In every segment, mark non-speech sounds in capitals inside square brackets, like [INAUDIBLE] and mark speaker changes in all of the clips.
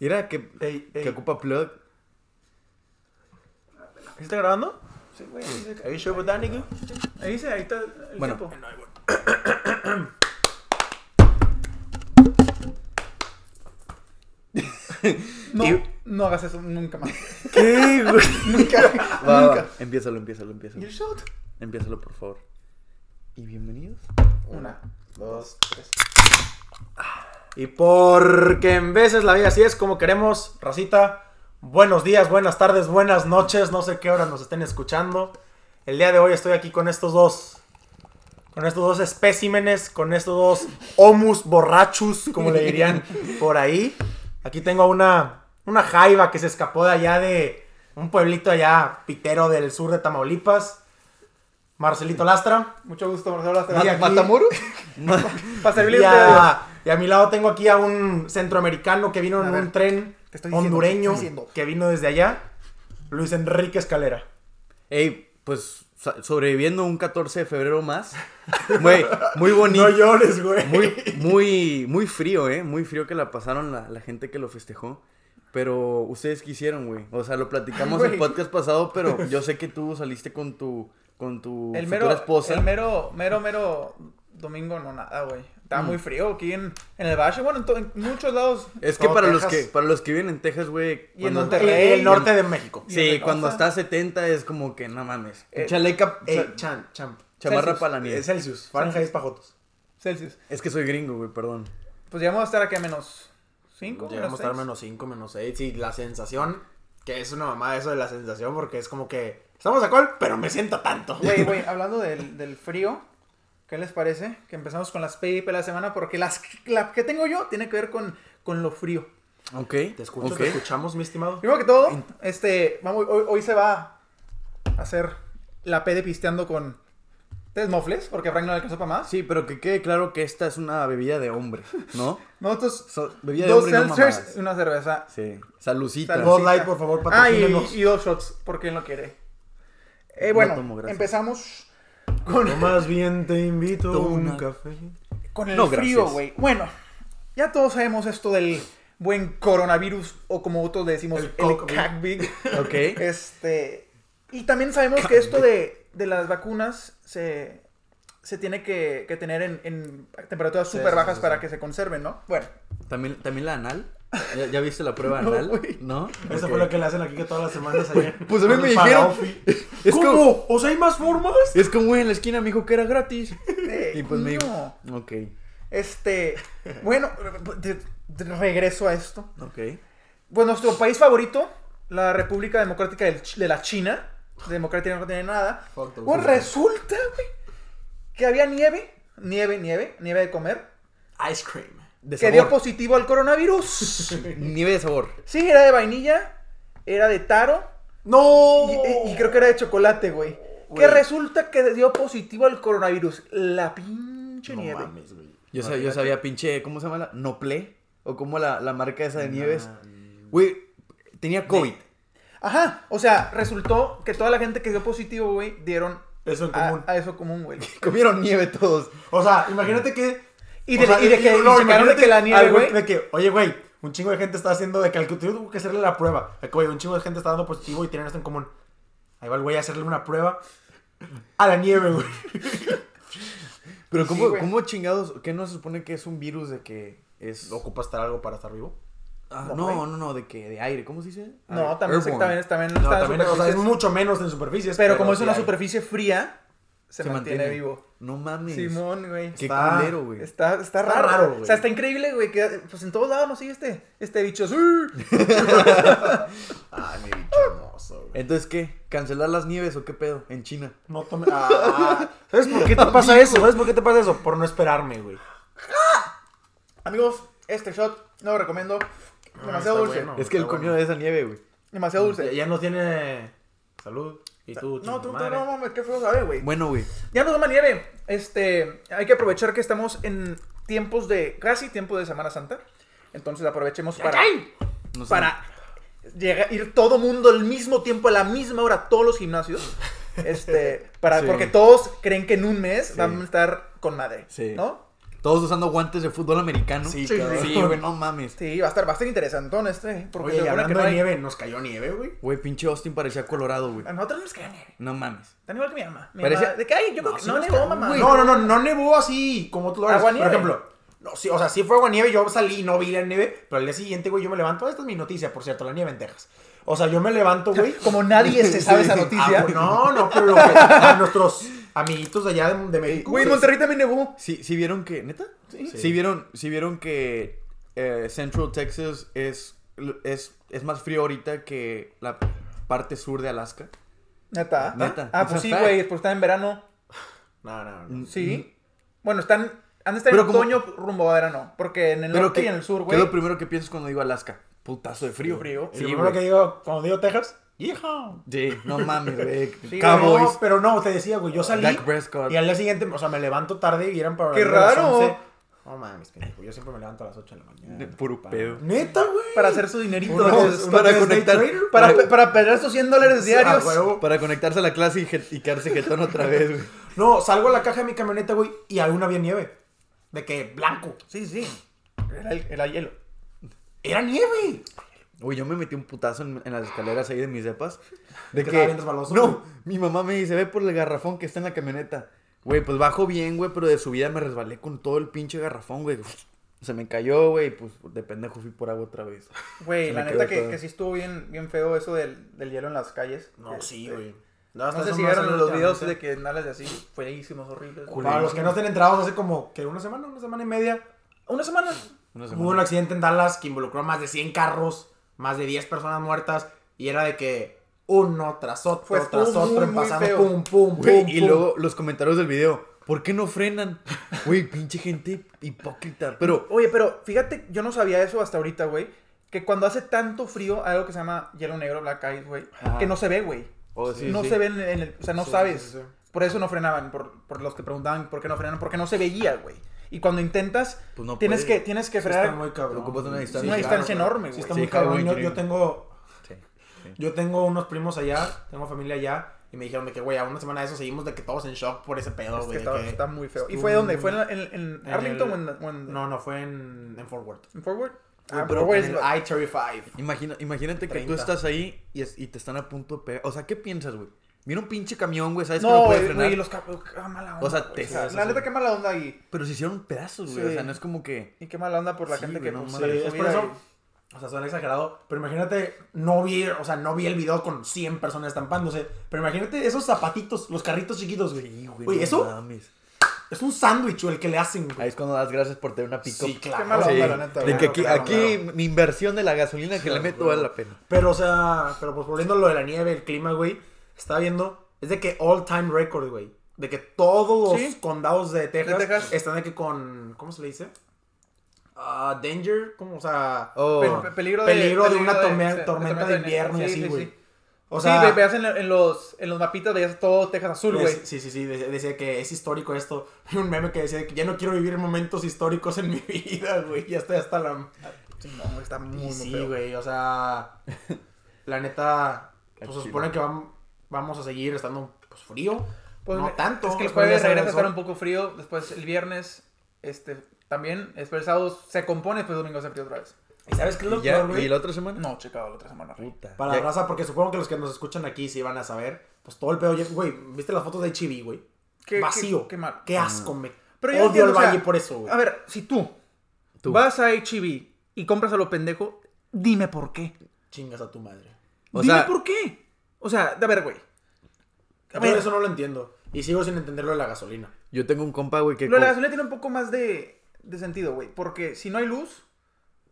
Speaker 1: Mira, que,
Speaker 2: Ey, ey.
Speaker 1: que ocupa plug.
Speaker 2: ¿Sí ¿Está grabando?
Speaker 3: Sí, güey. dice-
Speaker 2: ¿Are you sure about that, nigga?
Speaker 3: Ahí dice, ahí está el
Speaker 1: Bueno.
Speaker 3: tiempo. No,
Speaker 1: Y-
Speaker 3: no hagas eso nunca más.
Speaker 1: [LAUGHS] ¿Qué,
Speaker 2: [LAUGHS]
Speaker 1: güey?
Speaker 3: Nunca.
Speaker 1: Va, va,
Speaker 3: nunca.
Speaker 1: Empiézalo, empiézalo, empiézalo.
Speaker 3: Your shot.
Speaker 1: Empiézalo, por favor. Y bienvenidos.
Speaker 3: Una, dos, tres.
Speaker 2: Y porque en veces la vida así es como queremos, racita. Buenos días, buenas tardes, buenas noches. No sé qué horas nos estén escuchando. El día de hoy estoy aquí con estos dos. Con estos dos especímenes, con estos dos homus borrachus, como le
Speaker 3: [LAUGHS]
Speaker 2: dirían por ahí. Aquí tengo una, una jaiba que se escapó de allá de un pueblito allá, pitero del sur de Tamaulipas. Marcelito Lastra.
Speaker 3: Mucho gusto, Marcelo Lastra.
Speaker 2: Y aquí-
Speaker 3: ¿Matamoro?
Speaker 2: [LAUGHS]
Speaker 3: Para servirle
Speaker 2: Y
Speaker 3: a ustedes.
Speaker 2: a, y a mi lado tengo aquí a un centroamericano que vino
Speaker 3: A
Speaker 2: en
Speaker 3: ver,
Speaker 2: un tren
Speaker 3: te estoy diciendo,
Speaker 2: hondureño
Speaker 3: te estoy diciendo.
Speaker 2: que vino desde allá, Luis Enrique Escalera.
Speaker 1: Ey, pues so- sobreviviendo un 14 de febrero más. Güey, muy bonito.
Speaker 2: No llores, güey.
Speaker 3: [LAUGHS]
Speaker 1: muy, muy, muy frío, ¿eh? Muy frío que la pasaron la, la gente que lo festejó. Pero ustedes quisieron, güey. O sea, lo platicamos en
Speaker 3: Güey.
Speaker 1: el podcast pasado,
Speaker 3: [LAUGHS]
Speaker 1: pero yo sé que tú saliste con tu, con tu
Speaker 3: El
Speaker 1: futura
Speaker 3: mero,
Speaker 1: esposa.
Speaker 3: el mero, mero, mero domingo no nada, güey. Estaba
Speaker 1: Mm.
Speaker 3: muy frío aquí en, en el Valle. Bueno, en, to- en muchos lados.
Speaker 1: Es que
Speaker 2: No,
Speaker 1: para los
Speaker 2: Texas.
Speaker 1: que, para los que viven en Texas, güey.
Speaker 3: Y en
Speaker 1: cuando-
Speaker 2: el,
Speaker 3: Monterrey.
Speaker 2: el norte de México.
Speaker 3: y en
Speaker 1: Sí,
Speaker 3: Reynosa.
Speaker 1: cuando está a 70 es como que no mames.
Speaker 3: Eh,
Speaker 1: Chaleca,
Speaker 2: Ey,
Speaker 1: cha-
Speaker 2: Chan, Champ.
Speaker 1: chamarra
Speaker 3: Celsius.
Speaker 1: para la
Speaker 2: Eh,
Speaker 1: nieve.
Speaker 2: Celsius, Fahrenheit es pajotos.
Speaker 3: Celsius.
Speaker 1: Es que soy gringo, güey, perdón.
Speaker 3: Pues llegamos a estar aquí a menos 5.
Speaker 2: Llegamos a estar menos 5, menos 6. Y la sensación, que es una mamada eso de la sensación, porque es como que estamos a cual, pero me siento tanto. [LAUGHS]
Speaker 3: Güey, güey, hablando del, del frío, ¿qué les parece? Que empezamos con las PIP de la semana porque las la que tengo yo tiene que ver con, con lo frío.
Speaker 1: Ok.
Speaker 2: Te escucho,
Speaker 1: ok.
Speaker 2: te escuchamos, mi estimado.
Speaker 3: Primero que todo, este, vamos, hoy, hoy se va a hacer la P de pisteando con tres mofles, porque Frank no le alcanzó para más.
Speaker 1: Sí, pero que quede claro que esta es una bebida de hombre, ¿no?
Speaker 3: Nosotros,
Speaker 1: So- bebida de
Speaker 3: dos
Speaker 1: hombre no mamadas.
Speaker 3: seltzers, una cerveza.
Speaker 1: Sí. Salucita.
Speaker 3: Salud.
Speaker 2: Bud Light, por favor,
Speaker 3: Ah, y,
Speaker 2: patrocínenos.
Speaker 3: y dos shots, porque él no quiere. Eh,
Speaker 1: No
Speaker 3: bueno,
Speaker 1: tomo, gracias.
Speaker 3: empezamos
Speaker 2: Yo más bien te invito a un
Speaker 1: Toma.
Speaker 2: café.
Speaker 3: Con el
Speaker 1: No,
Speaker 3: frío,
Speaker 1: gracias.
Speaker 3: güey. Bueno, ya todos sabemos esto del buen coronavirus, o como otros le decimos,
Speaker 2: El
Speaker 3: el,
Speaker 2: cock-big.
Speaker 3: CACBIG.
Speaker 1: Ok.
Speaker 3: [LAUGHS] Este. Y también sabemos que esto de, de las vacunas se, se tiene que, que tener en, en temperaturas
Speaker 2: Sí,
Speaker 3: súper
Speaker 2: sí,
Speaker 3: bajas
Speaker 2: sí,
Speaker 3: para
Speaker 2: sí.
Speaker 3: que se conserven, ¿no? Bueno,
Speaker 1: ¿También, también la anal. ¿Ya, ya viste la prueba
Speaker 3: [LAUGHS] No,
Speaker 1: anal?
Speaker 3: güey.
Speaker 1: ¿No?
Speaker 2: Eso
Speaker 1: Ok.
Speaker 2: fue lo que le hacen aquí que todas las semanas [LAUGHS] ayer.
Speaker 1: pues a mí
Speaker 2: Con
Speaker 1: me
Speaker 2: el
Speaker 1: dijeron-
Speaker 2: [LAUGHS] Paraofi.
Speaker 1: Es
Speaker 2: ¿Cómo?
Speaker 1: como-
Speaker 2: ¿O sea, hay más formas?
Speaker 1: Es como güey en la esquina me dijo que era gratis. [LAUGHS]
Speaker 3: eh,
Speaker 1: Y pues me dijo.
Speaker 3: no.
Speaker 1: Ok.
Speaker 3: Este. Bueno, de- de regreso a esto.
Speaker 1: Ok.
Speaker 3: Pues nuestro país favorito, la República Democrática del Ch- de la China. Democrática no tiene nada.
Speaker 2: Fuck those
Speaker 3: Pues
Speaker 2: people.
Speaker 3: resulta, güey, que había nieve, nieve, nieve, nieve de comer,
Speaker 2: Ice cream.
Speaker 1: De
Speaker 3: que dio
Speaker 1: sabor.
Speaker 3: positivo al coronavirus.
Speaker 2: [LAUGHS]
Speaker 1: Nieve de sabor.
Speaker 3: sí, era de vainilla, era de taro
Speaker 2: ¡No!
Speaker 3: y, y- y creo que era de chocolate, güey. Que
Speaker 2: Oh. Güey.
Speaker 3: resulta que dio positivo al coronavirus. La pinche
Speaker 2: No
Speaker 3: nieve.
Speaker 2: mames, güey.
Speaker 1: Yo, sab- yo sabía pinche, ¿cómo se llama la? Nople. O como la, la marca esa de nieves.
Speaker 2: Ah,
Speaker 1: Güey, tenía
Speaker 3: [LAUGHS]
Speaker 1: COVID.
Speaker 3: Ajá, o sea, resultó que toda la gente que dio positivo, güey, dieron
Speaker 2: Eso en
Speaker 3: a-
Speaker 2: común.
Speaker 3: a eso
Speaker 2: [LAUGHS]
Speaker 3: común, güey.
Speaker 1: Comieron nieve todos.
Speaker 2: O sea, imagínate que.
Speaker 3: Y
Speaker 2: o
Speaker 3: de-
Speaker 2: sea,
Speaker 3: y de que- y
Speaker 2: no,
Speaker 3: se quedaron de
Speaker 2: imagínate
Speaker 3: que la nieve,
Speaker 2: al
Speaker 3: güey.
Speaker 2: De que, oye, güey, un chingo de gente está haciendo de que al que tuvo que hacerle la prueba. De que, güey, un chingo de gente está dando positivo y tienen esto en común. Ahí va el güey a hacerle una prueba a la nieve, güey.
Speaker 1: Pero
Speaker 3: Sí,
Speaker 1: ¿cómo,
Speaker 3: güey.
Speaker 1: ¿cómo chingados? ¿Qué no se supone que es un virus de que es...
Speaker 2: ¿Ocupa estar algo para estar vivo?
Speaker 1: Ah,
Speaker 3: No,
Speaker 1: no,
Speaker 3: güey.
Speaker 1: no, no, de que de aire. ¿Cómo se dice?
Speaker 3: No,
Speaker 1: Aire.
Speaker 3: también,
Speaker 1: Airborne.
Speaker 3: también, este también
Speaker 2: No,
Speaker 3: está en
Speaker 2: también, o sea, es
Speaker 3: superficies.
Speaker 2: mucho menos en superficies.
Speaker 3: Pero como es
Speaker 2: sí
Speaker 3: una
Speaker 2: hay.
Speaker 3: superficie fría, se,
Speaker 1: Se
Speaker 3: mantiene, vivo.
Speaker 1: No mames.
Speaker 3: Simón, güey.
Speaker 1: Qué
Speaker 2: Está-
Speaker 1: culero, güey.
Speaker 3: Está, está, raro, güey. O sea, está increíble, güey. Que, pues en todos lados nos sigue este, este bicho.
Speaker 2: [LAUGHS]
Speaker 3: ¡Sí!
Speaker 2: Ay, mi bicho hermoso, güey.
Speaker 1: Entonces, ¿qué? ¿Cancelar las nieves o qué pedo? En China.
Speaker 2: No tome. Ah,
Speaker 3: [LAUGHS]
Speaker 2: ¿Sabes por qué te pasa eso? ¿Sabes por qué te pasa eso? Por no esperarme, güey.
Speaker 3: Amigos, este shot no lo recomiendo. Demasiado
Speaker 2: Ah, está
Speaker 3: dulce.
Speaker 2: bueno.
Speaker 1: es que
Speaker 2: está
Speaker 1: él comió
Speaker 2: bueno.
Speaker 1: de esa nieve, güey.
Speaker 3: Demasiado dulce.
Speaker 2: Ya, ya no tiene salud. Y tú,
Speaker 3: no, tú, tú,
Speaker 2: madre.
Speaker 3: no mames, qué feo sabe, güey.
Speaker 1: Bueno, güey.
Speaker 3: Ya nos toma nieve. Este, hay que aprovechar que estamos en tiempos de, casi tiempo de Semana Santa. Entonces aprovechemos para...
Speaker 1: No sé.
Speaker 3: para llegar, ir todo mundo al mismo tiempo, a la misma hora, a todos los gimnasios. Este, para,
Speaker 1: Sí.
Speaker 2: [LAUGHS]
Speaker 3: Porque todos creen que en un mes
Speaker 1: Sí.
Speaker 3: van a estar con madre.
Speaker 1: Sí.
Speaker 3: ¿No?
Speaker 1: Todos usando guantes de fútbol americano.
Speaker 2: Sí,
Speaker 3: Sí,
Speaker 2: cabrón.
Speaker 1: Sí, güey, no mames.
Speaker 3: Sí, va a estar, va a estar interesantón este. Porque
Speaker 2: Oye, y
Speaker 3: se supone que
Speaker 2: hablando
Speaker 3: no
Speaker 2: de
Speaker 3: hay-
Speaker 2: nieve, nos cayó nieve, güey.
Speaker 1: Güey, pinche Austin parecía colorado, güey.
Speaker 3: A nosotros nos cae nieve.
Speaker 1: No mames.
Speaker 3: Tan igual que mi mamá. Mi
Speaker 1: Parece-
Speaker 3: mamá, ¿De qué hay? Yo creo que
Speaker 2: sí
Speaker 3: no
Speaker 2: nos
Speaker 3: nevó,
Speaker 2: cayó,
Speaker 3: mamá.
Speaker 2: güey. No, no, no, no nevó así como tú lo haces.
Speaker 3: Agua
Speaker 2: Por
Speaker 3: nieve.
Speaker 2: ejemplo, no, sí, o sea, sí fue agua nieve, yo salí y no vi la nieve, pero al día siguiente, güey, yo me levanto. Esta es mi noticia, por cierto, la nieve en Texas. O sea, yo me levanto, güey.
Speaker 3: Como nadie se sabe [LAUGHS] esa
Speaker 2: Ah,
Speaker 3: noticia.
Speaker 2: güey, no, no, pero lo que- a nuestros amiguitos de allá de, de México.
Speaker 3: Güey, en
Speaker 2: pues,
Speaker 3: Monterrey también nevó.
Speaker 1: Sí, sí vieron que. ¿Neta?
Speaker 3: Sí.
Speaker 1: Sí vieron, sí vieron que eh, Central Texas es, es, es más frío ahorita que la parte sur de Alaska.
Speaker 3: Neta.
Speaker 1: Neta.
Speaker 3: Ah,
Speaker 1: Es
Speaker 3: pues
Speaker 1: un
Speaker 3: sí,
Speaker 1: fact. Mm-hmm.
Speaker 3: güey, porque están en verano.
Speaker 2: No, no, no.
Speaker 3: Sí. Bueno, están. Han de estar en
Speaker 1: Pero como-
Speaker 3: otoño rumbo a verano. Porque en el norte y en el sur, güey.
Speaker 1: ¿qué es lo primero que piensas cuando digo Alaska? Putazo de frío.
Speaker 3: Frío.
Speaker 2: Y
Speaker 1: Sí,
Speaker 2: lo
Speaker 1: güey.
Speaker 2: primero que digo, cuando digo Texas, ¡hija!
Speaker 1: Sí, no mames, güey.
Speaker 3: Sí,
Speaker 1: Cowboys.
Speaker 2: No, pero no, te decía, güey, yo salí.
Speaker 1: Dak Prescott.
Speaker 2: Y al día siguiente, o sea, me levanto tarde y eran para.
Speaker 3: ¡Qué
Speaker 2: las nueve, las
Speaker 3: raro!
Speaker 2: once. No mames, pendejo, yo siempre me levanto a las 8 de la
Speaker 1: De
Speaker 2: mañana.
Speaker 1: puro
Speaker 2: Pa-
Speaker 1: pedo.
Speaker 2: Neta, güey. [LAUGHS]
Speaker 3: Para hacer su dinerito.
Speaker 2: Uno-
Speaker 3: entonces,
Speaker 2: uno
Speaker 1: para
Speaker 2: que es day
Speaker 1: conectar-
Speaker 2: trader,
Speaker 3: Para,
Speaker 1: Para-
Speaker 3: para perder sus 100 dólares diarios.
Speaker 2: Ah, huevo.
Speaker 1: Para conectarse a la clase y, je- y quedarse jetón otra vez, güey.
Speaker 2: No, salgo a la caja de mi camioneta, güey, y aún había nieve. De que blanco.
Speaker 3: sí, sí. Era, el- era hielo.
Speaker 2: Era nieve.
Speaker 1: Uy, yo me metí un putazo en, en las escaleras ahí de mis depas. De
Speaker 2: Te
Speaker 1: que,
Speaker 2: estaba bien resbaloso,
Speaker 1: no,
Speaker 2: güey.
Speaker 1: mi mamá me dice, ve por el garrafón que está en la camioneta. Güey, pues bajo bien, güey, pero de subida me resbalé con todo el pinche garrafón, güey. Se me cayó, güey, y pues de pendejo fui por agua otra vez.
Speaker 3: Güey,
Speaker 1: Se
Speaker 3: la
Speaker 1: me
Speaker 3: neta
Speaker 1: quedó
Speaker 3: que,
Speaker 1: todo.
Speaker 3: que sí estuvo bien, bien feo eso del, del hielo en las calles.
Speaker 2: No,
Speaker 3: Este,
Speaker 2: sí, güey.
Speaker 3: No sé si vieron los videos de que andas así, feísimos, horribles.
Speaker 2: Para los que no estén entrados, hace como que una semana, una semana y media,
Speaker 3: Una semana.
Speaker 1: Una semana.
Speaker 2: Hubo un accidente en Dallas que involucró a más de 100 carros, más de 10 personas muertas, y era de que uno tras otro,
Speaker 3: Fue
Speaker 2: tras
Speaker 3: muy,
Speaker 2: otro,
Speaker 3: muy
Speaker 2: pasando
Speaker 3: feo.
Speaker 2: pum, pum,
Speaker 1: Güey,
Speaker 2: pum,
Speaker 1: y
Speaker 2: pum.
Speaker 1: luego los comentarios del video. ¿Por qué no frenan? Güey, pinche gente hipócrita. Pero,
Speaker 3: Oye, pero fíjate, yo no sabía eso hasta ahorita, güey. Que cuando hace tanto frío, hay algo que se llama hielo negro, black ice, güey.
Speaker 1: Ajá.
Speaker 3: Que no se ve, güey.
Speaker 1: Oh, sí,
Speaker 3: no
Speaker 1: sí.
Speaker 3: se ve en en el. O sea, no
Speaker 2: Sí,
Speaker 3: sabes.
Speaker 2: sí, sí, sí.
Speaker 3: Por eso no frenaban. Por, por los que preguntaban por qué no frenaban. Porque no se veía, güey. Y cuando intentas,
Speaker 1: Pues no
Speaker 3: tienes,
Speaker 1: puede.
Speaker 3: que, tienes que
Speaker 2: Sí
Speaker 3: frenar.
Speaker 2: está muy cabrón.
Speaker 1: Ocupas una distancia.
Speaker 3: Una
Speaker 1: Sí,
Speaker 3: distancia
Speaker 2: claro,
Speaker 3: enorme,
Speaker 2: sí
Speaker 3: güey.
Speaker 2: está
Speaker 1: Sí,
Speaker 2: muy
Speaker 1: claro,
Speaker 2: cabrón. Yo,
Speaker 1: güey,
Speaker 2: yo
Speaker 1: tiene-
Speaker 2: tengo,
Speaker 1: Sí.
Speaker 2: yo tengo unos primos allá, tengo familia allá, y me dijeron de que, güey, a una semana de eso seguimos de que todos en shock por ese pedo,
Speaker 3: Es que
Speaker 2: güey. de
Speaker 3: está,
Speaker 2: que-
Speaker 3: está muy feo. ¿Y
Speaker 2: estuvo
Speaker 3: fue dónde?
Speaker 2: muy-
Speaker 3: ¿Fue en, la- en- en
Speaker 2: en
Speaker 3: Arlington
Speaker 2: el-
Speaker 3: o en- o en,
Speaker 2: No, no, fue en, en Fort Worth.
Speaker 3: en Forward?
Speaker 2: Güey,
Speaker 3: Ah,
Speaker 2: pero
Speaker 3: Forward
Speaker 2: en
Speaker 3: es-
Speaker 2: el I-35.
Speaker 1: Imagina, imagínate que tú
Speaker 2: 30.
Speaker 1: estás ahí y, es- y te están a punto de pegar. O sea, ¿qué piensas, güey? Mira un pinche camión, güey, sabes que
Speaker 3: No,
Speaker 1: no puede
Speaker 3: güey,
Speaker 1: frenar.
Speaker 3: güey, los capos. Ah, mala onda.
Speaker 1: O sea,
Speaker 3: güey.
Speaker 1: te-
Speaker 2: sí,
Speaker 3: la
Speaker 2: sí.
Speaker 3: neta, qué mala onda ahí.
Speaker 1: Pero se hicieron pedazos, güey.
Speaker 3: Sí.
Speaker 1: O sea, no es como que.
Speaker 3: Y qué mala onda por la
Speaker 1: Sí,
Speaker 3: gente
Speaker 1: güey,
Speaker 3: que
Speaker 1: no
Speaker 3: pues,
Speaker 2: Sí,
Speaker 1: mames.
Speaker 3: su
Speaker 2: es por
Speaker 3: vida
Speaker 2: eso.
Speaker 3: y-
Speaker 2: O sea, suena exagerado, pero imagínate, no vi, o sea, no vi el video con 100 personas estampándose, pero imagínate esos zapatitos, los carritos chiquitos, güey.
Speaker 1: Sí,
Speaker 2: güey,
Speaker 1: güey. no
Speaker 2: eso
Speaker 1: mames.
Speaker 2: es un sándwich güey, el que le hacen,
Speaker 1: Ahí
Speaker 2: güey.
Speaker 1: es cuando das gracias por tener una pick
Speaker 2: Sí, claro.
Speaker 3: Qué mala onda,
Speaker 2: sí.
Speaker 3: la neta.
Speaker 1: De
Speaker 3: güey.
Speaker 1: que
Speaker 2: Claro,
Speaker 1: aquí,
Speaker 2: claro,
Speaker 1: aquí mi inversión de la gasolina que le meto vale la pena.
Speaker 2: Pero, o sea, pero pues volviendo a lo de la nieve, el clima, güey, estaba viendo, es de que all time record, güey. De que todos los
Speaker 3: Sí.
Speaker 2: condados de Texas,
Speaker 3: De Texas.
Speaker 2: están de que con, ¿cómo se le dice? Ah, danger, como, o sea,
Speaker 1: Oh.
Speaker 2: pe-
Speaker 3: Pe-
Speaker 2: pe- peligro, de, una
Speaker 3: sí,
Speaker 2: tormenta,
Speaker 3: de
Speaker 2: tormenta de invierno y
Speaker 3: sí,
Speaker 2: así,
Speaker 3: sí,
Speaker 2: güey.
Speaker 3: sí.
Speaker 2: O
Speaker 3: Sí,
Speaker 2: sea,
Speaker 3: ve- veas en, en los, en los mapitas, veías todo Texas azul,
Speaker 2: Dec-
Speaker 3: güey.
Speaker 2: Sí, sí, sí, de- decía que es histórico esto. [LAUGHS] Hay un meme que decía que ya no quiero vivir momentos históricos en mi [LAUGHS] vida, güey. Ya estoy hasta la...
Speaker 3: Sí, no, güey, está muy,
Speaker 2: Y
Speaker 3: muy
Speaker 2: sí,
Speaker 3: feo.
Speaker 2: güey, o [LAUGHS] sea... La neta, pues se
Speaker 1: chido.
Speaker 2: supone que vam- vamos a seguir estando pues, frío.
Speaker 3: Pues,
Speaker 2: no
Speaker 3: me-
Speaker 2: tanto.
Speaker 3: Es que el
Speaker 2: después ya
Speaker 3: jueves
Speaker 2: se ve
Speaker 3: regresa a estar
Speaker 2: sol.
Speaker 3: un poco frío, después el viernes este, también, después el sábado se compone, después el domingo se frío otra vez.
Speaker 2: ¿Y sabes qué es lo
Speaker 1: ¿Y, ya?
Speaker 2: peor,
Speaker 1: ¿Y
Speaker 2: güey?
Speaker 1: la otra semana?
Speaker 3: No, checado la otra semana. güey.
Speaker 1: Puta.
Speaker 2: Para la
Speaker 1: Ya-
Speaker 2: raza, porque supongo que los que nos escuchan aquí sí van a saber. Pues todo el pedo... ya- Güey, ¿viste las fotos de HB, güey?
Speaker 3: Qué- qué-
Speaker 2: Vacío.
Speaker 3: qué mal.
Speaker 2: asco, me...
Speaker 3: Pero yo
Speaker 2: Odio
Speaker 3: entiendo,
Speaker 2: el
Speaker 3: o sea,
Speaker 2: valle por eso, güey.
Speaker 3: A ver, si tú,
Speaker 1: Tú.
Speaker 3: vas a HB y compras a lo pendejo, dime por qué.
Speaker 2: Chingas a tu madre.
Speaker 1: O
Speaker 3: dime
Speaker 1: sea-
Speaker 3: por qué. O sea, a ver, güey. A
Speaker 2: Yo
Speaker 3: ver,
Speaker 2: eso no lo entiendo. Y sigo sin entender lo de la gasolina.
Speaker 1: Yo tengo un compa, güey, que.
Speaker 3: Lo de la
Speaker 1: co-
Speaker 3: gasolina tiene un poco más de, de sentido, güey. Porque si no hay luz,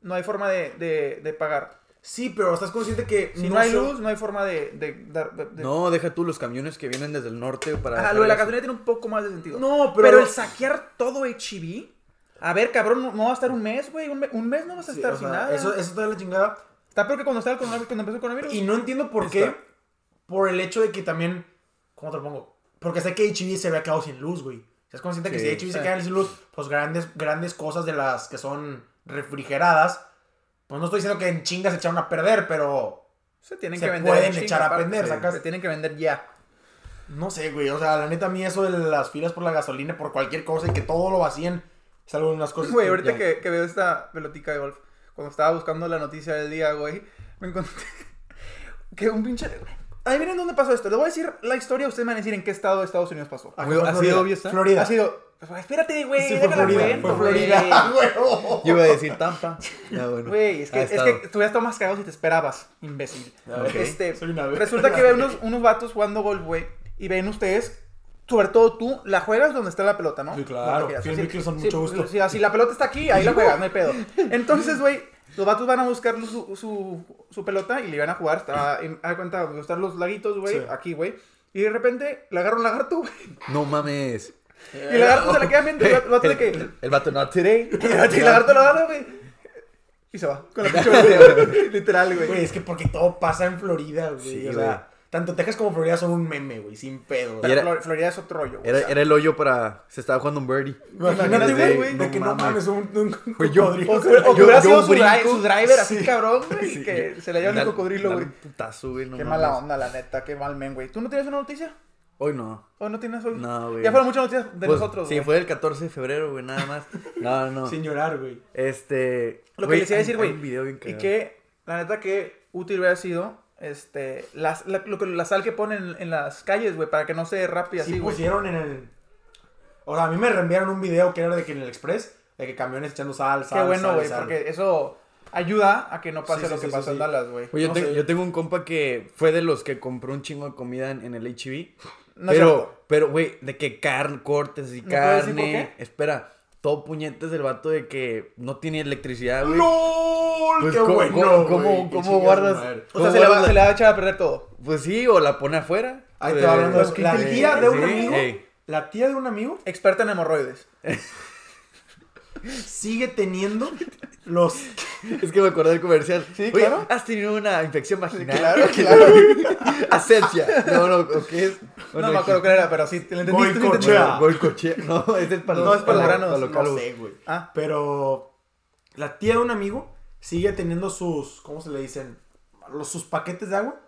Speaker 3: no hay forma de, de- de pagar.
Speaker 2: Sí, pero estás consciente que
Speaker 3: Si no, hay
Speaker 2: son-
Speaker 3: luz, no hay forma de... de dar- de- de-
Speaker 1: No, deja tú los camiones que vienen desde el norte para.
Speaker 3: Ajá,
Speaker 1: dejar
Speaker 3: lo de la
Speaker 1: gas-
Speaker 3: gasolina tiene un poco más de sentido.
Speaker 2: No, pero-
Speaker 3: el saquear todo HB... A ver, cabrón, no, no va a estar un mes, güey. Un, me- un mes no vas a
Speaker 2: Sí,
Speaker 3: estar
Speaker 2: o
Speaker 3: sin
Speaker 2: sea,
Speaker 3: nada.
Speaker 2: Eso, eso está de la chingada.
Speaker 3: Está peor que cuando, estaba el coronavirus, cuando empezó el coronavirus.
Speaker 2: Y no entiendo por qué. Por el hecho de que también. ¿Cómo te lo pongo? Porque sé que HB se había quedado sin luz, güey. Es consciente que
Speaker 1: Sí,
Speaker 2: si HB se
Speaker 3: sí.
Speaker 2: queda sin luz, pues grandes, grandes cosas de las que son refrigeradas. Pues no estoy diciendo que en chingas se echaron a perder, pero.
Speaker 3: Se tienen
Speaker 2: Se
Speaker 3: que vender.
Speaker 2: pueden
Speaker 3: en chinga,
Speaker 2: echar a
Speaker 3: aparte.
Speaker 2: perder,
Speaker 3: Sí,
Speaker 2: sacas.
Speaker 3: Se tienen que vender ya.
Speaker 2: [LAUGHS] No sé, güey. O sea, la neta, a mí eso de las filas por la gasolina, por cualquier cosa y que todo lo vacíen. Es algo de unas cosas.
Speaker 3: Güey, ahorita
Speaker 2: ya-
Speaker 3: que, que veo esta pelotica de golf, cuando estaba buscando la noticia del día, güey, me encontré [LAUGHS] que un pinche... Ahí miren dónde pasó esto. Les voy a decir la historia, ustedes me van a decir en qué estado de Estados Unidos pasó.
Speaker 2: Ah,
Speaker 1: Muy-
Speaker 2: fue
Speaker 1: así de
Speaker 2: Florida.
Speaker 1: obvio está.
Speaker 2: Florida.
Speaker 3: Ha sido... pues, Espérate, güey,
Speaker 2: Sí, fue
Speaker 3: déjala
Speaker 2: Florida,
Speaker 3: cuento,
Speaker 2: fue
Speaker 3: güey.
Speaker 2: [LAUGHS] Florida.
Speaker 1: Yo iba a decir Tampa. No, bueno.
Speaker 3: Güey, es que,
Speaker 1: Ha
Speaker 3: es
Speaker 1: estado.
Speaker 3: que tú ya más cagado si te esperabas, imbécil.
Speaker 1: Ah, ok.
Speaker 3: Este,
Speaker 2: Soy una verga. [LAUGHS]
Speaker 3: resulta que ven unos, unos vatos jugando golf, güey, y ven ustedes, sobre todo tú, la juegas donde está la pelota, ¿no?
Speaker 2: Sí, claro.
Speaker 3: No te creas.
Speaker 2: Phil
Speaker 3: Sí,
Speaker 2: Mickelson,
Speaker 3: sí,
Speaker 2: mucho gusto.
Speaker 3: sí, si la pelota está
Speaker 2: [LAUGHS]
Speaker 3: aquí, ahí la juegas, no hay pedo. Entonces, güey, los vatos van a buscar su, su, su pelota y le van a jugar. Está, en- haz de cuenta, donde están los laguitos, güey,
Speaker 2: Sí.
Speaker 3: aquí, güey. Y de repente le agarra un lagarto, güey.
Speaker 1: No mames.
Speaker 3: Y
Speaker 2: Eh,
Speaker 3: el lagarto se le queda viendo. y
Speaker 2: [LAUGHS]
Speaker 3: El vato de
Speaker 1: El,
Speaker 3: que.
Speaker 1: el vato, not today.
Speaker 3: [LAUGHS] Y el y el lagarto lo agarra, güey. Y se va.
Speaker 1: [LAUGHS]
Speaker 3: Con la pinche bolsa, güey. Literal,
Speaker 2: Güey,
Speaker 3: güey.
Speaker 2: es que porque todo pasa en Florida, güey.
Speaker 1: Sí,
Speaker 2: o
Speaker 1: güey.
Speaker 2: sea, tanto Texas como Florida son un meme, güey, sin pedo.
Speaker 1: Y era-
Speaker 3: Flor- Florida es otro rollo, güey.
Speaker 1: Era, era el hoyo para. Se estaba jugando un birdie.
Speaker 2: Imagínate,
Speaker 1: Imagínate,
Speaker 2: güey, de
Speaker 1: no
Speaker 2: que no
Speaker 1: mames.
Speaker 2: mames, un, un
Speaker 1: Güey, yo-
Speaker 2: cocodrilo.
Speaker 3: O, o que
Speaker 1: Yo-
Speaker 3: hubiera
Speaker 1: yo
Speaker 3: sido su,
Speaker 1: brinco.
Speaker 3: dri- su driver así,
Speaker 2: Sí.
Speaker 3: cabrón, güey. que se le lleva el
Speaker 1: Dale-
Speaker 3: cocodrilo,
Speaker 1: dale
Speaker 3: güey.
Speaker 1: un putazo, güey. no
Speaker 3: Qué
Speaker 1: mames.
Speaker 3: mala onda, la neta. Qué mal men, güey. ¿Tú no tienes una noticia?
Speaker 1: Hoy no.
Speaker 3: ¿O no tienes hoy?
Speaker 1: No, güey.
Speaker 3: Ya fueron muchas noticias de
Speaker 1: Pues,
Speaker 3: nosotros,
Speaker 1: Sí,
Speaker 3: güey.
Speaker 1: fue el 14 de febrero, güey, nada más. No, no.
Speaker 2: Sin llorar, güey.
Speaker 1: Este.
Speaker 3: Lo
Speaker 1: güey,
Speaker 3: que les iba a
Speaker 1: hay-
Speaker 3: decir,
Speaker 1: hay
Speaker 3: güey.
Speaker 1: un video bien
Speaker 3: Y
Speaker 1: cagado.
Speaker 3: que, la neta, que útil hubiera sido este, las- la, lo que- la sal que ponen en, en las calles, güey, para que no se rápido
Speaker 2: Sí
Speaker 1: pues,
Speaker 3: así, güey.
Speaker 2: pusieron en el... O sea, a mí me reenviaron un video que era de que en el Express, de que camiones echando sal, sal,
Speaker 3: Qué bueno,
Speaker 2: sal,
Speaker 3: güey,
Speaker 2: sal.
Speaker 3: porque eso ayuda a que no pase
Speaker 2: Sí, sí,
Speaker 3: lo que
Speaker 2: sí,
Speaker 3: pasó
Speaker 2: sí,
Speaker 3: en
Speaker 2: sí.
Speaker 3: Dallas, güey.
Speaker 1: Oye, yo,
Speaker 2: no
Speaker 1: tengo-
Speaker 2: sé.
Speaker 1: yo tengo un compa que fue de los que compró un chingo de comida en, en el HB.
Speaker 3: No es
Speaker 1: pero,
Speaker 3: cierto.
Speaker 1: pero, güey, de que carne, cortes y
Speaker 3: ¿No puedes decir
Speaker 1: carne.
Speaker 3: por
Speaker 1: Espera, todo puñetes del vato de que no tiene electricidad, güey.
Speaker 2: ¡Lol!
Speaker 1: Pues,
Speaker 2: ¡Qué
Speaker 1: ¿cómo-
Speaker 2: bueno,
Speaker 1: cómo-
Speaker 2: güey!
Speaker 1: cómo-
Speaker 2: Qué
Speaker 1: cómo
Speaker 2: chingada
Speaker 1: guardas-
Speaker 2: madre.
Speaker 3: O sea,
Speaker 1: ¿Cómo
Speaker 3: se le, va,
Speaker 1: guardas
Speaker 3: se
Speaker 1: la-
Speaker 3: le va a echar a perder todo.
Speaker 1: Pues sí, o la pone afuera.
Speaker 2: Ahí
Speaker 1: Eh,
Speaker 2: te va hablando
Speaker 3: Pues,
Speaker 2: de la
Speaker 3: ¿qué te
Speaker 2: tía de un
Speaker 1: sí,
Speaker 2: amigo.
Speaker 1: ey.
Speaker 2: La tía de un amigo
Speaker 3: Experta en hemorroides.
Speaker 2: sigue teniendo los...
Speaker 1: Es que me acordé del comercial.
Speaker 3: Sí,
Speaker 1: Oye,
Speaker 3: claro.
Speaker 1: ¿Has tenido una infección vaginal?
Speaker 3: Claro,
Speaker 1: [LAUGHS]
Speaker 3: claro.
Speaker 1: Asepsia. No, no, ¿o ¿qué es?
Speaker 3: No, me acuerdo qué era, pero sí, te lo entendiste. sí, te entendiste.
Speaker 2: Goicochea.
Speaker 1: Golcochea. No, ese es para
Speaker 3: No,
Speaker 1: los
Speaker 3: es para los granos,
Speaker 1: para los
Speaker 2: No
Speaker 1: calvos.
Speaker 2: sé, güey.
Speaker 3: Ah,
Speaker 2: Pero la tía de un amigo sigue teniendo sus, ¿cómo se le dicen? Los, sus paquetes de agua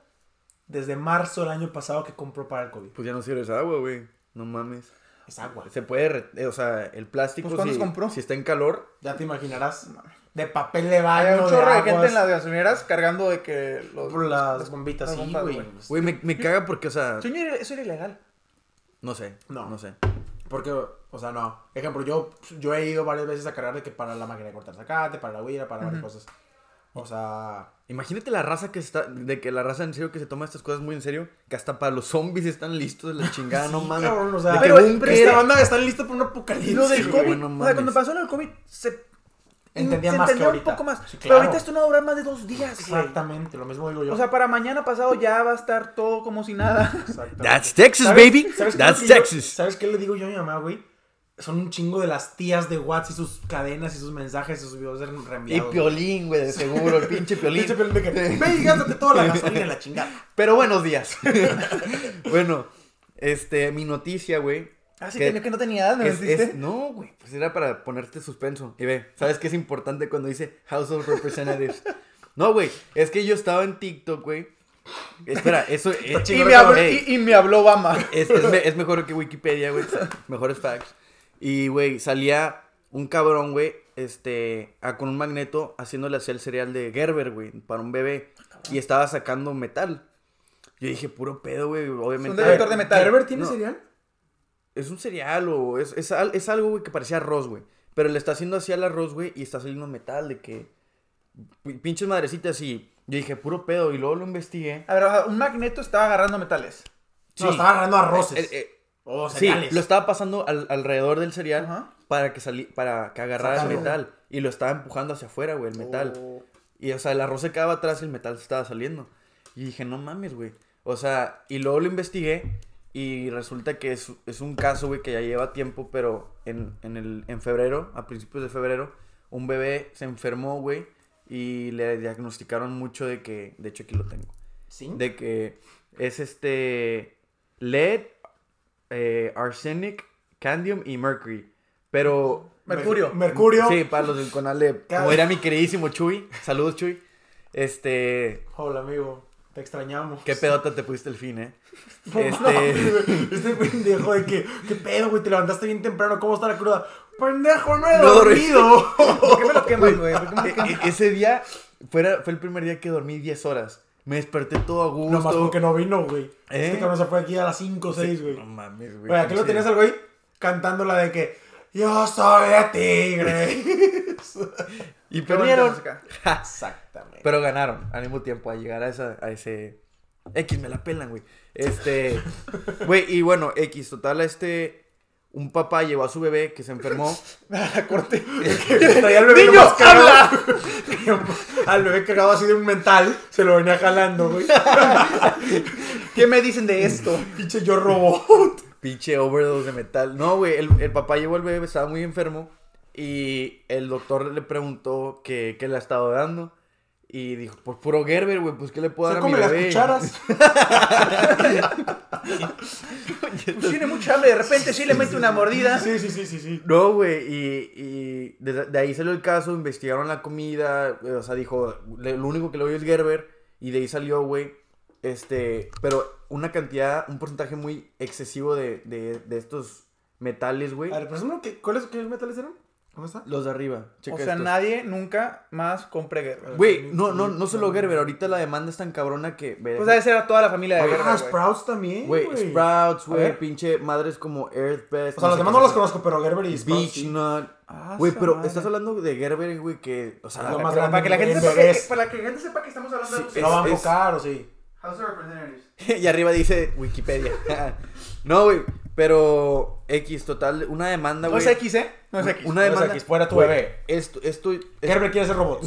Speaker 2: desde marzo del año pasado que compró para el COVID.
Speaker 1: Pues ya no sirve esa agua, güey. No mames.
Speaker 2: Es agua.
Speaker 1: Se puede, re- eh, o sea, el plástico.
Speaker 3: Pues, ¿cuántos
Speaker 1: si,
Speaker 3: compró?
Speaker 1: si está en calor.
Speaker 2: Ya te imaginarás. De papel de
Speaker 3: hay
Speaker 2: baño,
Speaker 3: un
Speaker 2: Ah, de
Speaker 3: chorro de
Speaker 2: aguas,
Speaker 3: gente en las gasolineras cargando de que los,
Speaker 2: por las bombitas,
Speaker 3: las
Speaker 2: sí,
Speaker 3: bombas,
Speaker 2: güey.
Speaker 1: Güey, me, me caga porque, o sea,
Speaker 3: Eso era- eso era ilegal.
Speaker 1: no sé.
Speaker 2: No.
Speaker 1: No, no sé.
Speaker 2: Porque, o sea, no. Ejemplo, yo, yo he ido varias veces a cargar de que para la máquina de cortar zacate, para la huira, para varias cosas. O sea,
Speaker 1: Imagínate la raza que está, de que la raza en serio que se toma estas cosas muy en serio, que hasta para los zombies están listos de la chingada, no
Speaker 2: sí,
Speaker 1: mames.
Speaker 2: cabrón, o sea,
Speaker 1: De que
Speaker 2: pero,
Speaker 1: un
Speaker 2: pero
Speaker 1: que-
Speaker 2: esta banda está lista para un
Speaker 3: Y
Speaker 2: apocalipsis.
Speaker 3: lo del
Speaker 1: Sí,
Speaker 3: COVID,
Speaker 1: güey, no
Speaker 3: o sea,
Speaker 1: mames.
Speaker 3: cuando pasó lo del COVID, se
Speaker 2: Entendía
Speaker 3: se
Speaker 2: más que
Speaker 3: entendía
Speaker 2: ahorita.
Speaker 3: un poco más.
Speaker 2: Sí,
Speaker 3: Pero
Speaker 2: claro.
Speaker 3: ahorita esto no va a durar más de dos días, güey.
Speaker 2: Exactamente, lo mismo digo yo.
Speaker 3: O sea, para mañana pasado ya va a estar todo como
Speaker 2: [LAUGHS]
Speaker 3: si nada.
Speaker 2: Exactamente.
Speaker 1: That's Texas,
Speaker 2: ¿Sabes-
Speaker 1: baby.
Speaker 2: [LAUGHS] ¿sabes qué
Speaker 1: That's
Speaker 2: es lo que yo-
Speaker 1: Texas.
Speaker 2: ¿Sabes qué le digo yo a mi mamá, güey? Son un chingo de las tías de WhatsApp y sus cadenas y sus mensajes y sus videos
Speaker 1: Y
Speaker 2: reenviados.
Speaker 1: piolín, güey, de seguro, el pinche piolín.
Speaker 2: Pinche Piolín de que, Ve y gástate toda la gasolina en
Speaker 1: [LAUGHS]
Speaker 2: la chingada.
Speaker 1: Pero buenos días. bueno, este, mi noticia, güey.
Speaker 3: Así
Speaker 1: que-
Speaker 3: que, que no Ah, tenía edad, ¿me
Speaker 1: es-
Speaker 3: mentiste?
Speaker 1: es- no, güey, pues era para ponerte suspenso. Y ve, ¿sabes qué es importante cuando dice House of Representatives? no, güey, es que yo estaba en TikTok, güey. Espera, eso eh, es,
Speaker 3: y, me habló, y, y me habló Obama.
Speaker 1: es, es me- es mejor que Wikipedia, güey. Mejores facts. Y, güey, salía un cabrón, güey, este, a- con un magneto haciéndole hacer el cereal de Gerber, güey, para un bebé. Y estaba sacando metal. Yo dije, puro pedo, güey,
Speaker 3: Un
Speaker 1: obviamente.
Speaker 3: detector de metal.
Speaker 2: ¿Herbert tiene
Speaker 1: No.
Speaker 2: cereal?
Speaker 1: Es un cereal o es, es, al- es algo, güey, que parecía arroz, güey. Pero le está haciendo así al arroz, güey, y está saliendo metal de que... pi- Pinches madrecitas y... Yo dije, puro pedo, y luego lo investigué.
Speaker 3: A ver, o sea, un magneto estaba agarrando metales.
Speaker 1: Sí.
Speaker 2: No, estaba agarrando arroces.
Speaker 1: Eh, eh,
Speaker 2: o
Speaker 1: Sí,
Speaker 2: Oh, cereales.
Speaker 1: lo estaba pasando al- alrededor del cereal
Speaker 3: Ajá.
Speaker 1: para que sali- para que agarrara
Speaker 2: Sacarlo.
Speaker 1: el metal. Y lo estaba empujando hacia afuera, güey, el metal.
Speaker 3: Oh.
Speaker 1: Y, o sea, el arroz se quedaba atrás y el metal se estaba saliendo. Y dije, no mames, güey. O sea, y luego lo investigué y resulta que es, es un caso, güey, que ya lleva tiempo, pero en, en, el, en febrero, a principios de febrero, un bebé se enfermó, güey, y le diagnosticaron mucho de que, de hecho aquí lo tengo,
Speaker 2: ¿Sí?
Speaker 1: de que es este lead, eh, arsenic, cadmium y mercury. Pero
Speaker 3: Mercurio.
Speaker 2: Mercurio.
Speaker 1: Sí, para los del Conalep.
Speaker 2: Cada-
Speaker 1: Como era mi queridísimo Chuy. Saludos, Chuy. Este.
Speaker 2: Hola, amigo. Te extrañamos.
Speaker 1: Qué pedota te pusiste el fin, eh.
Speaker 2: [LAUGHS] Pues No,
Speaker 1: Este.
Speaker 2: este... este pendejo de que, qué pedo, güey, te levantaste bien temprano, ¿cómo está la cruda? pendejo, no [LAUGHS] he
Speaker 1: No, güey.
Speaker 2: dormido.
Speaker 3: [LAUGHS] ¿Por qué me lo queman, güey? ¿Por qué me lo
Speaker 1: E-
Speaker 3: queman?
Speaker 1: e- ese día fuera- fue el primer día que dormí 10 horas. Me desperté todo a gusto.
Speaker 2: Nomás porque no vino, güey.
Speaker 1: ¿Eh?
Speaker 2: Este cabrón se fue aquí a las 5 o 6, güey.
Speaker 1: No mames, güey.
Speaker 2: Oye, aquí lo tenías al güey cantando la de que yo soy de tigre.
Speaker 1: Y
Speaker 3: Qué bonita
Speaker 1: perdieron.
Speaker 3: música.
Speaker 2: Exactamente.
Speaker 1: Pero ganaron al mismo tiempo a llegar a, esa, a ese. X, me la pelan, güey.
Speaker 2: [LAUGHS]
Speaker 1: Este. Güey, y bueno, X, total, este. Un papá llevó a su bebé que se enfermó.
Speaker 3: La
Speaker 2: [LAUGHS]
Speaker 3: corte.
Speaker 2: traía al bebé
Speaker 1: ¡Niño,
Speaker 2: nomás cagado. [LAUGHS] al bebé cagado así de un mental, se lo venía
Speaker 1: [LAUGHS]
Speaker 2: jalando, güey.
Speaker 3: ¿Qué me dicen
Speaker 2: [LAUGHS]
Speaker 3: de esto?
Speaker 2: Pinche yo robot.
Speaker 1: Pinche overdose de metal. No, güey, el, el papá llevó al bebé, estaba muy enfermo. Y el doctor le preguntó que, qué le ha estado dando. Y dijo, pues puro Gerber, güey, pues qué le puedo
Speaker 2: Se
Speaker 1: dar a mi
Speaker 2: come las
Speaker 1: bebé.
Speaker 2: cucharas.
Speaker 1: [LAUGHS]
Speaker 3: Pues tiene mucha hambre, de repente sí le mete una mordida.
Speaker 2: Sí, sí, sí, sí, sí.
Speaker 1: No, güey, y, y de, de ahí salió el caso, investigaron la comida, eh, o sea, dijo, le- lo único que le dio es Gerber, y de ahí salió, güey, este, pero una cantidad, un porcentaje muy excesivo de, de, de estos metales, güey,
Speaker 2: A ver, pero ¿qué, ¿cuáles qué metales eran? ¿Cómo está?
Speaker 1: los de arriba, checa
Speaker 3: O sea,
Speaker 1: estos.
Speaker 3: nadie nunca más compre guerra.
Speaker 1: Güey, no, no, no solo Gerber, ahorita la demanda es tan cabrona que... ve-
Speaker 3: Pues debe ser a toda la familia de guerra.
Speaker 2: Ah,
Speaker 3: güey.
Speaker 2: Sprouts también,
Speaker 1: Güey,
Speaker 2: güey.
Speaker 1: Sprouts,
Speaker 2: A
Speaker 1: güey,
Speaker 2: ver.
Speaker 1: pinche madres como Earth Best.
Speaker 2: O sea,
Speaker 1: sé
Speaker 2: los demás
Speaker 1: qué
Speaker 2: no los
Speaker 1: sé.
Speaker 2: conozco, pero Gerber y Sprouts.
Speaker 1: Beach
Speaker 2: sí.
Speaker 1: Nut.
Speaker 3: Ah,
Speaker 1: Güey,
Speaker 3: su
Speaker 1: pero
Speaker 3: madre.
Speaker 1: estás hablando de Gerber, güey, que, o sea,
Speaker 2: Es lo
Speaker 1: la-
Speaker 2: más
Speaker 3: Para que la gente sepa que,
Speaker 2: Everest.
Speaker 3: para que la gente sepa que estamos hablando de
Speaker 1: Sí,
Speaker 3: algo que
Speaker 1: es-
Speaker 2: ¿Lo van a
Speaker 1: es-
Speaker 2: enfocar o sí?
Speaker 3: House of Representatives.
Speaker 1: [LAUGHS] y arriba dice Wikipedia. [LAUGHS] no, güey. Pero X, total, una demanda,
Speaker 3: No
Speaker 1: güey.
Speaker 3: es X, ¿eh? No es X.
Speaker 1: Una
Speaker 2: No es
Speaker 1: demanda.
Speaker 2: X, fuera tu
Speaker 1: Güey,
Speaker 2: bebé.
Speaker 1: Esto, esto. es-
Speaker 2: Gerber quiere ser robot.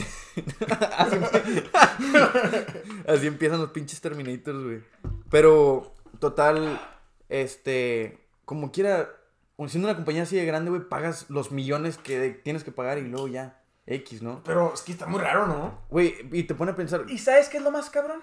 Speaker 1: así empiezan los pinches Terminators, güey. Pero, total, este. Como quiera, un- siendo una compañía así de grande, güey, pagas los millones que de- tienes que pagar y luego ya. X, ¿no?
Speaker 2: Pero es que está muy raro, ¿no?
Speaker 1: Güey, y te pone a pensar.
Speaker 3: ¿Y sabes qué es lo más cabrón?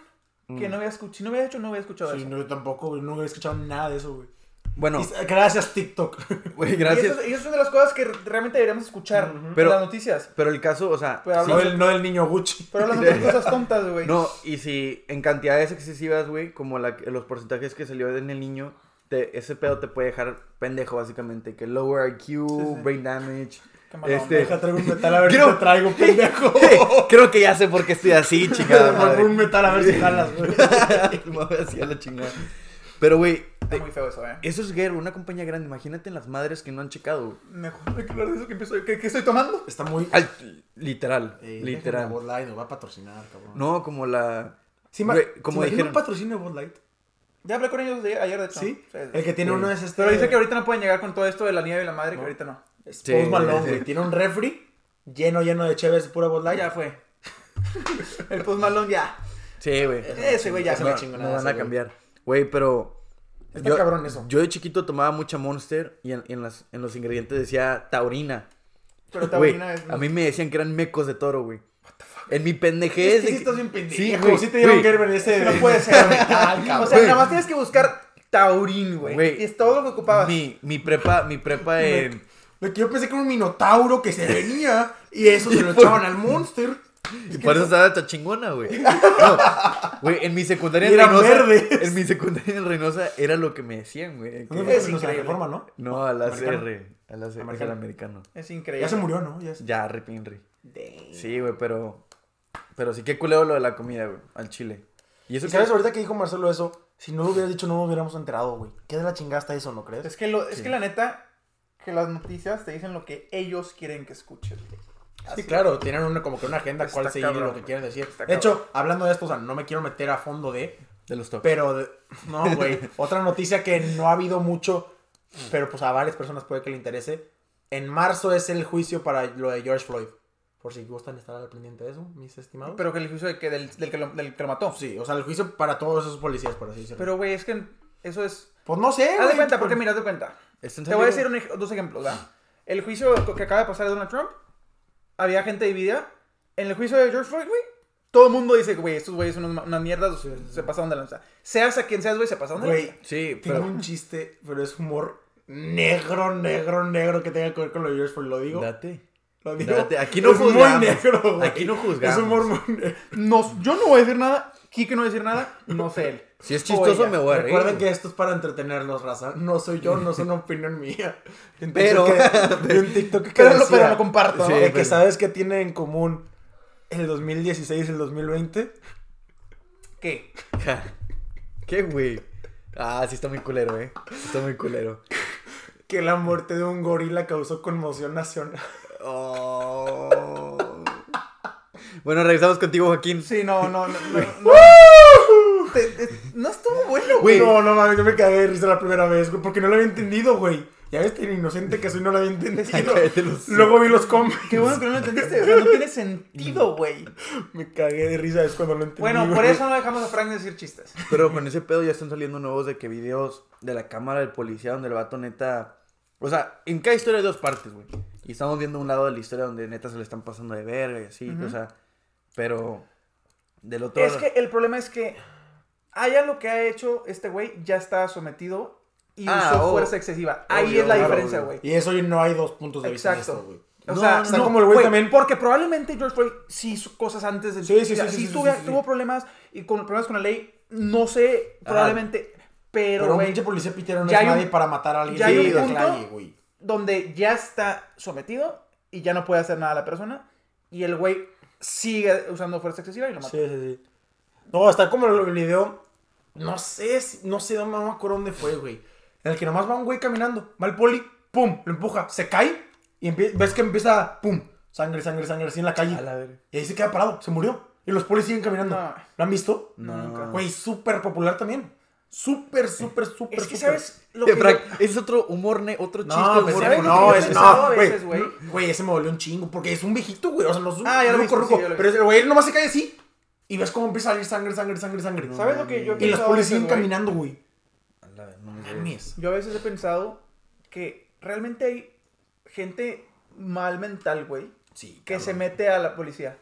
Speaker 3: Que
Speaker 1: Mm.
Speaker 3: no había escuchado. Si no hubiera hecho, no hubiera escuchado
Speaker 2: Sí,
Speaker 3: eso.
Speaker 2: no, yo tampoco, güey. No he escuchado nada de eso, güey.
Speaker 1: Bueno,
Speaker 2: Y- Gracias, TikTok.
Speaker 1: güey,
Speaker 3: Y
Speaker 1: gracias.
Speaker 3: eso, es- y eso es una de las cosas que re- realmente deberíamos escuchar en
Speaker 1: Pero-
Speaker 3: las noticias.
Speaker 1: Pero el caso, o sea.
Speaker 3: Pero
Speaker 1: sí-
Speaker 2: No, el, no del niño Gucci.
Speaker 3: Pero hablamos
Speaker 1: [LAUGHS]
Speaker 3: de cosas tontas, güey.
Speaker 1: No, y si en cantidades excesivas, güey, como la, los porcentajes que salió en el niño, te- ese pedo te puede dejar pendejo, básicamente. Que lower IQ,
Speaker 3: sí.
Speaker 1: brain damage. [LAUGHS]
Speaker 3: Qué mala
Speaker 1: este-
Speaker 3: onda.
Speaker 2: Deja, traigo un metal a ver
Speaker 1: Creo-
Speaker 2: si te traigo, pendejo.
Speaker 1: Creo que ya sé por qué estoy así,
Speaker 2: [LAUGHS]
Speaker 1: chingada
Speaker 2: Traigo un
Speaker 1: [LAUGHS] madre.
Speaker 2: metal a ver si jalas, güey.
Speaker 1: Me voy así a la chingada. Pero, güey,
Speaker 3: Está
Speaker 1: te-
Speaker 3: muy feo eso, eh.
Speaker 1: eso es Gerber, una compañía grande. Imagínate en las madres que no han checado, güey.
Speaker 3: Mejor [LAUGHS] hay que hablar de eso que empiezo. ¿Qué, qué estoy tomando?
Speaker 2: Está muy.
Speaker 1: Al- literal,
Speaker 2: Eh, dejen a
Speaker 1: literal.
Speaker 2: Bud Light nos va a patrocinar, cabrón.
Speaker 1: No, como la...
Speaker 2: Sí, ma-
Speaker 1: Güey, como
Speaker 2: ¿se imagina
Speaker 1: dijeron.
Speaker 2: un patrocinio de Bud Light?
Speaker 3: Ya hablé con ellos de ayer, de hecho.
Speaker 2: ¿Sí? El que tiene
Speaker 1: Güey.
Speaker 2: uno es este.
Speaker 3: Pero dice que ahorita no pueden llegar con todo esto de la nieve y la madre,
Speaker 2: No.
Speaker 3: que ahorita no.
Speaker 2: es
Speaker 1: Sí,
Speaker 2: Post Malone,
Speaker 1: sí,
Speaker 2: güey.
Speaker 1: sí.
Speaker 2: Tiene un refri lleno, lleno de chéves, pura Bud Light.
Speaker 3: Ya fue. [LAUGHS] El post Malone ya.
Speaker 1: Sí, güey.
Speaker 3: Ese güey ya se
Speaker 1: no,
Speaker 3: me chingó.
Speaker 2: chingonada
Speaker 1: no van
Speaker 2: ese,
Speaker 1: a
Speaker 2: güey.
Speaker 1: cambiar. Güey, pero...
Speaker 2: Está cabrón eso.
Speaker 1: Yo de chiquito tomaba mucha Monster y en, en las, en los ingredientes decía taurina.
Speaker 3: Pero
Speaker 1: Güey,
Speaker 3: Taurina es.
Speaker 1: a mí me decían que eran mecos de toro, güey. En mi pendejez.
Speaker 2: Es
Speaker 1: de
Speaker 2: que sí
Speaker 1: que-
Speaker 2: estás bien pendejo.
Speaker 1: Sí,
Speaker 2: Sí,
Speaker 1: güey,
Speaker 2: te dieron
Speaker 1: güey.
Speaker 2: Gerber ese.
Speaker 3: No puede ser.
Speaker 2: [LAUGHS] metal,
Speaker 3: O
Speaker 2: cabrón.
Speaker 3: sea,
Speaker 1: Güey.
Speaker 3: nada más tienes que buscar Taurín, güey.
Speaker 1: Güey.
Speaker 3: Y es todo lo que ocupabas.
Speaker 1: Mi, mi prepa, mi prepa en...
Speaker 2: Lo que yo pensé que era un minotauro [LAUGHS] que se venía y eso se lo echaban al monster.
Speaker 1: Y por eso estaba tan chingona,
Speaker 2: [LAUGHS]
Speaker 1: güey. No, güey, en mi secundaria
Speaker 2: Y
Speaker 1: en
Speaker 2: eran
Speaker 1: Reynosa...
Speaker 2: verdes.
Speaker 1: En mi secundaria en Reynosa era lo que me decían, güey. que-
Speaker 2: ¿Dónde
Speaker 3: Es
Speaker 2: fue que nos
Speaker 3: increíble.
Speaker 2: reforma, no?
Speaker 1: No, a las
Speaker 2: Americano.
Speaker 1: R. A las R. Americano.
Speaker 2: Americano.
Speaker 1: americano.
Speaker 3: Es increíble.
Speaker 2: Ya se murió, ¿no? Ya se-
Speaker 1: Ya, repinri. Sí, güey, pero... Pero sí que culeo lo de la comida, güey. Al chile. Y eso
Speaker 2: ¿Y
Speaker 1: que-
Speaker 2: sabes ahorita que dijo Marcelo eso? Si no lo hubieras dicho, no nos hubiéramos enterado, güey. ¿Qué de la chingada está eso, no crees?
Speaker 3: Es que, lo, es que la neta, que las noticias te dicen lo que ellos quieren que escuches.
Speaker 2: Sí, claro, tienen una, como que una agenda
Speaker 3: Está
Speaker 2: cuál seguir y
Speaker 3: cabrón.
Speaker 2: lo que quieren decir.
Speaker 3: Está
Speaker 2: De hecho, hablando de esto, o sea, no me quiero meter a fondo de,
Speaker 1: De los tops.
Speaker 2: pero de- no, güey. Otra noticia que no ha habido mucho, pero pues a varias personas puede que le interese. En marzo es el juicio para lo de George Floyd. Por si gustan estar al pendiente de eso, mis estimados.
Speaker 3: Pero que el juicio de que del, del que lo, del que lo mató.
Speaker 2: sí, o sea, el juicio para todos esos policías, por así decirlo.
Speaker 3: Pero, güey, es que eso es...
Speaker 2: pues no sé,
Speaker 3: Haz de
Speaker 2: güey,
Speaker 3: cuenta,
Speaker 2: por-
Speaker 3: porque mira, haz de cuenta.
Speaker 1: Está en
Speaker 3: Te voy a
Speaker 1: San
Speaker 3: decir
Speaker 1: Diego.
Speaker 3: un ej- dos ejemplos, ¿verdad? El juicio que acaba de pasar de Donald Trump, había gente dividida. En el juicio de George Floyd, güey, todo el mundo dice, güey, estos güeyes son unos ma- unas mierdas, se pasaron de lanza. Seas a quien seas, güey, se pasaron de lanza.
Speaker 2: Güey,
Speaker 1: Sí,
Speaker 2: Tengo
Speaker 1: pero.
Speaker 2: un chiste, pero es humor negro, negro, negro que tenga que ver con lo de George Floyd. Lo digo.
Speaker 1: Date.
Speaker 2: Lo digo.
Speaker 1: Date. Aquí no
Speaker 2: es muy
Speaker 1: juzgamos.
Speaker 2: negro, güey.
Speaker 1: Aquí no juzgamos.
Speaker 2: Es humor muy negro.
Speaker 3: No, yo no voy a decir nada, Kike no va a decir nada, no sé él.
Speaker 1: Si es chistoso,
Speaker 3: Oiga,
Speaker 1: me voy a reír.
Speaker 2: Recuerden que esto es para entretenerlos, raza. No soy yo, no es una
Speaker 1: [LAUGHS]
Speaker 2: opinión mía. Vi un
Speaker 1: Pero-
Speaker 2: TikTok [LAUGHS] que- vi un TikTok que
Speaker 3: Pero lo-
Speaker 2: decía
Speaker 3: pero lo comparto, ¿no?
Speaker 2: de
Speaker 1: Sí,
Speaker 2: que
Speaker 1: pero-
Speaker 2: sabes que tiene en común el 2016 y el 2020.
Speaker 3: ¿Qué?
Speaker 1: Ja. ¿Qué, güey? Ah, sí está muy culero, eh. Sí Está muy culero.
Speaker 2: Que la muerte de un gorila causó conmoción nacional.
Speaker 1: Oh. Bueno, regresamos contigo, Joaquín.
Speaker 3: Sí, no, no, no. No, no. Te- te- no estuvo bueno, güey.
Speaker 1: Güey.
Speaker 2: No, no mames, yo me cagué de risa la primera vez, güey, porque no lo había entendido, güey. Ya ves, tan inocente que soy, no
Speaker 1: [LAUGHS]
Speaker 2: lo había entendido.
Speaker 1: Cállate los-
Speaker 2: Luego vi los comments.
Speaker 3: Qué bueno que no lo entendiste. O sea, no tiene sentido, güey.
Speaker 2: Me cagué de risa, es cuando lo entendí.
Speaker 3: Bueno, por
Speaker 2: güey.
Speaker 3: eso no dejamos a Frank decir chistes.
Speaker 1: Pero con ese pedo ya están saliendo nuevos de que videos de la cámara del policía donde el vato neta. O sea, en cada historia hay dos partes, güey. Y estamos viendo un lado de la historia donde neta se le están pasando de verga y así,
Speaker 3: Ujú.
Speaker 1: o sea. Pero. Del otro
Speaker 3: Es que el problema es que haya lo que ha hecho este güey, ya está sometido y
Speaker 1: Ah,
Speaker 3: usó
Speaker 1: oh.
Speaker 3: fuerza excesiva. Ahí
Speaker 1: Obvio,
Speaker 3: es la
Speaker 1: claro,
Speaker 3: diferencia,
Speaker 1: obvio.
Speaker 3: güey.
Speaker 2: Y eso y no hay dos puntos de vista en
Speaker 3: Exacto.
Speaker 2: esto, güey.
Speaker 3: O
Speaker 1: No,
Speaker 3: sea,
Speaker 1: no,
Speaker 2: Está
Speaker 1: no.
Speaker 2: como el güey
Speaker 3: Güey,
Speaker 2: también.
Speaker 3: Porque probablemente George Floyd sí hizo cosas antes del.
Speaker 2: Sí, sí, sí, sí, sí, sí,
Speaker 3: tuve-
Speaker 2: sí, sí.
Speaker 3: tuvo problemas y con problemas con la ley. No sé,
Speaker 1: Ah.
Speaker 3: probablemente. Pero,
Speaker 2: Pero un
Speaker 3: güey,
Speaker 2: pinche policía pitero no
Speaker 3: ya
Speaker 2: es
Speaker 3: hay un-
Speaker 2: nadie para matar a alguien
Speaker 3: ya
Speaker 1: hay
Speaker 2: en
Speaker 1: un
Speaker 2: la
Speaker 3: punto-
Speaker 2: calle, güey.
Speaker 3: donde ya está sometido y ya no puede hacer nada la persona. Y el güey sigue usando fuerza excesiva y lo mata.
Speaker 2: Sí, sí, sí. No, está como el video. No sé, si- no sé, no me acuerdo dónde fue, güey. En el que nomás va un güey caminando, va el poli, pum, lo empuja, se cae y empie- ves que empieza, pum, sangre, sangre, sangre, así en la calle.
Speaker 1: A la verga.
Speaker 2: Y ahí se queda parado, se murió. Y los polis siguen caminando.
Speaker 3: No.
Speaker 2: ¿Lo han visto?
Speaker 3: No, nunca.
Speaker 2: Güey, súper popular también. Súper, súper, súper.
Speaker 3: Es que,
Speaker 2: súper.
Speaker 3: ¿sabes? Lo
Speaker 1: Eh,
Speaker 3: que
Speaker 1: Frank, ese es otro humor, ne- otro chiste
Speaker 2: No,
Speaker 1: humor.
Speaker 2: pendejo,
Speaker 1: negro
Speaker 3: ¿sabes lo
Speaker 2: no,
Speaker 1: que
Speaker 3: yo
Speaker 1: yo
Speaker 2: es,
Speaker 1: pensé.
Speaker 3: pensaba
Speaker 2: no,
Speaker 3: a
Speaker 2: güey. Mm,
Speaker 3: veces, güey?
Speaker 2: Güey, ese me volvió un chingo porque es un viejito, güey. O sea, no es un
Speaker 3: Ah, ya lo
Speaker 2: ruco,
Speaker 3: vi, sí,
Speaker 2: ruco,
Speaker 3: sí, ya lo vi.
Speaker 2: Pero es el güey nomás se cae así y ves cómo empieza a salir sangre, sangre, sangre, sangre.
Speaker 3: ¿Sabes lo que yo
Speaker 2: Y los
Speaker 3: pensaba a
Speaker 2: polis
Speaker 3: veces,
Speaker 2: siguen
Speaker 3: güey?
Speaker 2: caminando, güey.
Speaker 1: A la verga, no me acuerdo.
Speaker 2: Mames.
Speaker 3: Yo a veces he pensado que realmente hay gente mal mental, güey,
Speaker 2: Sí,
Speaker 3: que se
Speaker 2: cabrón.
Speaker 3: mete a la policía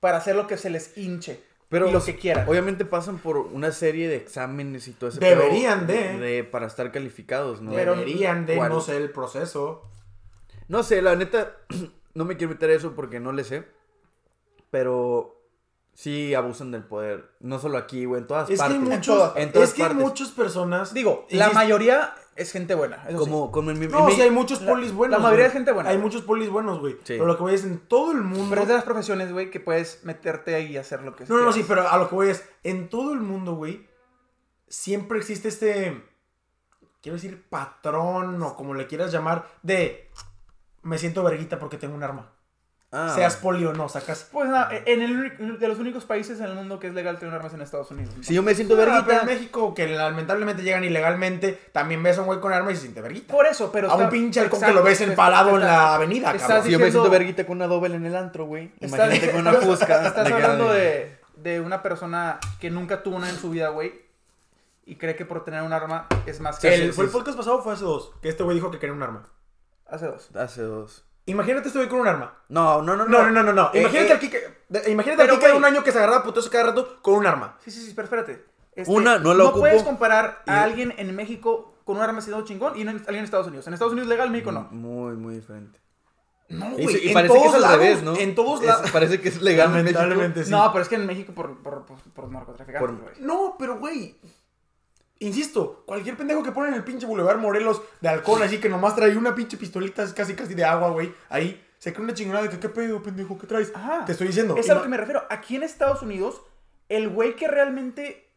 Speaker 3: para hacer lo que se les hinche
Speaker 1: Pero
Speaker 3: y lo que quieran.
Speaker 1: Obviamente pasan por una serie de exámenes y todo ese
Speaker 2: Deberían
Speaker 1: pedo
Speaker 2: de.
Speaker 1: para estar calificados, ¿no?
Speaker 3: Pero-
Speaker 2: Deberían de
Speaker 1: ¿Cuál?
Speaker 2: no ser el proceso.
Speaker 1: No sé, la neta, [CLEARS THROAT] no me quiero meter a eso porque no le sé. Pero sí abusan del poder. No solo aquí, güey, en todas
Speaker 2: Es que hay
Speaker 1: partes.
Speaker 2: muchos,
Speaker 1: En todas
Speaker 2: es que hay
Speaker 1: partes.
Speaker 2: muchas personas.
Speaker 3: Digo, la
Speaker 2: Insisto,
Speaker 3: mayoría es gente buena. eso sí.
Speaker 1: Como, como en mi. en
Speaker 2: No,
Speaker 1: mi-
Speaker 2: sí, hay muchos
Speaker 3: la-
Speaker 2: polis buenos.
Speaker 3: la mayoría
Speaker 2: güey.
Speaker 3: es gente buena,
Speaker 2: Hay
Speaker 3: güey.
Speaker 2: muchos polis buenos, güey.
Speaker 1: Sí.
Speaker 2: Pero lo que voy es en todo el mundo.
Speaker 3: Pero es de las profesiones, güey, que puedes meterte ahí y hacer lo que
Speaker 2: No, no,
Speaker 3: quieras.
Speaker 2: sí, pero a lo que voy es, en todo el mundo, güey, siempre existe este, quiero decir, patrón o como le quieras llamar, de, me siento verguita porque tengo un arma.
Speaker 1: Ah,
Speaker 2: Seas poli o no, sacas...
Speaker 3: Pues nada, en el único- de los únicos países en el mundo que es legal tener armas en Estados Unidos. ¿no?
Speaker 1: Si yo me siento
Speaker 2: Ah, pero
Speaker 1: verguita.
Speaker 2: en México, que lamentablemente llegan ilegalmente, también ves a un güey con arma y se siente verguita.
Speaker 3: Por eso, pero
Speaker 2: A un
Speaker 3: está-
Speaker 2: pinche halcón que
Speaker 3: exacto,
Speaker 2: lo ves
Speaker 3: está-
Speaker 2: empalado en
Speaker 3: está-
Speaker 2: la avenida,
Speaker 3: estás
Speaker 2: cabrón.
Speaker 1: Si yo me
Speaker 3: diciendo-
Speaker 1: siento verguita con una doble en el antro, güey.
Speaker 3: está-
Speaker 1: Imagínate con una
Speaker 2: [LAUGHS]
Speaker 1: fusca.
Speaker 3: [LAUGHS] Estás
Speaker 1: de que-
Speaker 3: hablando de, de una persona que nunca tuvo una en su vida, güey, y cree que por tener un arma es más que
Speaker 2: El,
Speaker 3: eso.
Speaker 2: fue el podcast pasado fue hace dos, que este güey dijo que quería un arma.
Speaker 3: Hace dos.
Speaker 1: Hace dos.
Speaker 2: Imagínate este güey con un arma.
Speaker 1: No, no, no,
Speaker 2: No, no, no, no, no.
Speaker 1: Eh,
Speaker 2: Imagínate
Speaker 1: eh,
Speaker 2: al Kike, de- imagínate al
Speaker 3: pero,
Speaker 2: Kike de
Speaker 3: güey.
Speaker 2: un año que se agarraba putoso cada rato con un arma.
Speaker 3: Sí, sí, sí, pero espérate. Este,
Speaker 1: Una, no la
Speaker 3: No
Speaker 1: ocupo.
Speaker 3: puedes comparar
Speaker 1: Y-
Speaker 3: a alguien en México con un arma así de chingón y no en- alguien en Estados Unidos. En Estados Unidos legal, México no.
Speaker 1: Muy, muy diferente.
Speaker 2: No,
Speaker 1: Y,
Speaker 2: güey,
Speaker 1: y
Speaker 2: en
Speaker 1: parece que
Speaker 2: todos
Speaker 1: es al
Speaker 2: lados,
Speaker 1: revés, ¿no?
Speaker 2: En todos
Speaker 1: Es-
Speaker 2: lados.
Speaker 1: Parece que es legal. en México.
Speaker 2: sí.
Speaker 3: No, pero es que en México por, por, por, por narcotraficantes,
Speaker 1: Por-
Speaker 3: güey.
Speaker 2: No, pero güey. Insisto, cualquier pendejo que pone en el pinche Boulevard Morelos de halcón, así que nomás trae una pinche pistolita es casi casi de agua, güey. Ahí se cree una chingonada de que qué pedo, pendejo, ¿qué traes?
Speaker 3: Ajá.
Speaker 2: Te estoy diciendo.
Speaker 3: Es a lo
Speaker 2: ima-
Speaker 3: que me refiero. Aquí en Estados Unidos, el güey que realmente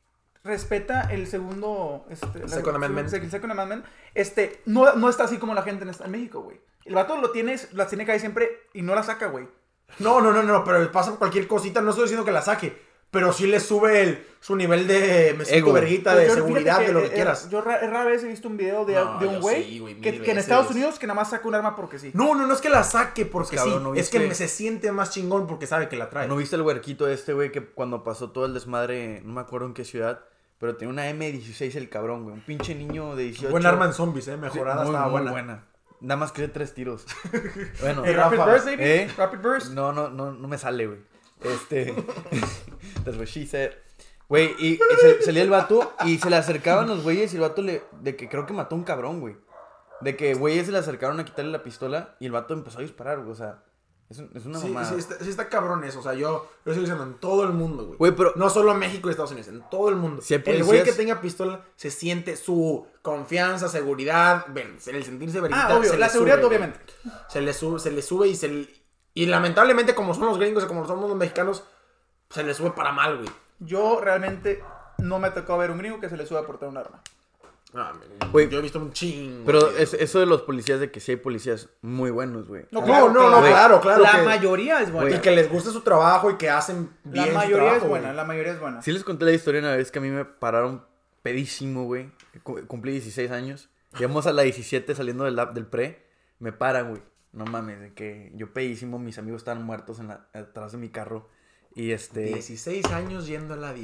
Speaker 3: respeta el segundo. Este, la-
Speaker 2: Second Amendment.
Speaker 3: El Second Amendment, este, no, no está así como la gente en, esta- en México, güey. El vato lo tiene, las tiene que siempre y no la saca, güey.
Speaker 2: No, no, no, no, pero pasa cualquier cosita, no estoy diciendo que la saque. Pero sí le sube el, su nivel de me siento
Speaker 1: Ego.
Speaker 2: verguita,
Speaker 3: Pues
Speaker 2: de
Speaker 3: yo, fíjate
Speaker 2: seguridad, de lo que
Speaker 3: eh,
Speaker 2: quieras.
Speaker 3: Yo ra- rara vez he visto un video de,
Speaker 2: No,
Speaker 3: de
Speaker 2: yo
Speaker 3: un güey
Speaker 2: sí, güey, mil
Speaker 3: que, que en
Speaker 2: veces.
Speaker 3: Estados Unidos que nada más saca un arma porque sí.
Speaker 2: No, no, no es que la saque porque
Speaker 1: Pues, Cabrón,
Speaker 2: sí.
Speaker 1: ¿no
Speaker 2: es que
Speaker 1: viste?
Speaker 2: se siente más chingón porque sabe que la trae.
Speaker 1: Ah, ¿No viste el huerquito este, güey, que cuando pasó todo el desmadre, no me acuerdo en qué ciudad, pero tenía una M16 el cabrón, güey? Un pinche niño de 18.
Speaker 2: Buen arma en zombies, eh. Mejorada
Speaker 1: Muy,
Speaker 2: estaba
Speaker 1: muy
Speaker 2: buena.
Speaker 1: buena. Nada más que de tres
Speaker 2: [LAUGHS]
Speaker 1: tiros. bueno,
Speaker 2: Eh,
Speaker 3: Rapid
Speaker 2: Rafa,
Speaker 3: Burst, baby.
Speaker 1: ¿eh?
Speaker 3: Rapid Burst.
Speaker 1: no, no, no, no me sale, güey. Este. [LAUGHS] That's what she said. Güey, y se- salía el vato y se le acercaban los güeyes y el vato le. De que creo que mató a un cabrón, güey. De que güeyes se le acercaron a quitarle la pistola y el vato empezó a disparar, güey. O sea, Es, un- es una
Speaker 2: Sí,
Speaker 1: mamada.
Speaker 2: sí está, sí está cabrón eso. O sea, yo, yo sigo diciendo en todo el mundo, güey.
Speaker 1: Güey, pero-
Speaker 2: No solo en México y Estados Unidos, en todo el mundo.
Speaker 1: Si hay
Speaker 2: el güey
Speaker 1: policías-
Speaker 2: que tenga pistola se siente su confianza, seguridad, ven, el sentirse verguita.
Speaker 3: Ah, obvio,
Speaker 2: se
Speaker 3: la
Speaker 2: le
Speaker 3: seguridad
Speaker 2: sube, güey.
Speaker 3: obviamente.
Speaker 2: Se le sube, se le sube y se le- Y lamentablemente, como son los gringos y como somos los mexicanos, se le sube para mal, güey.
Speaker 3: Yo realmente no me tocó ver un gringo que se le suba a portar un arma.
Speaker 2: Ah,
Speaker 1: Güey,
Speaker 2: yo he visto un chingo.
Speaker 1: Pero
Speaker 2: güey.
Speaker 1: es- eso de los policías, de que sí hay policías muy buenos, güey.
Speaker 2: No, Ah, no, no, claro, claro
Speaker 3: La
Speaker 2: que-
Speaker 3: mayoría es buena.
Speaker 2: Y que les guste su trabajo y que hacen bien
Speaker 3: La
Speaker 2: su
Speaker 3: mayoría
Speaker 2: trabajo,
Speaker 3: es buena,
Speaker 2: güey.
Speaker 3: la mayoría es buena.
Speaker 1: Sí les conté la historia una vez que a mí me pararon pedísimo, güey. Cu- Cumplí 16 años. Llegamos a la 17 saliendo del, lab- del pre. Me paran, güey. No mames, de que yo pedísimo, mis amigos estaban muertos en la- atrás de mi carro. Y este...
Speaker 2: 16 años yendo a la
Speaker 1: Sí,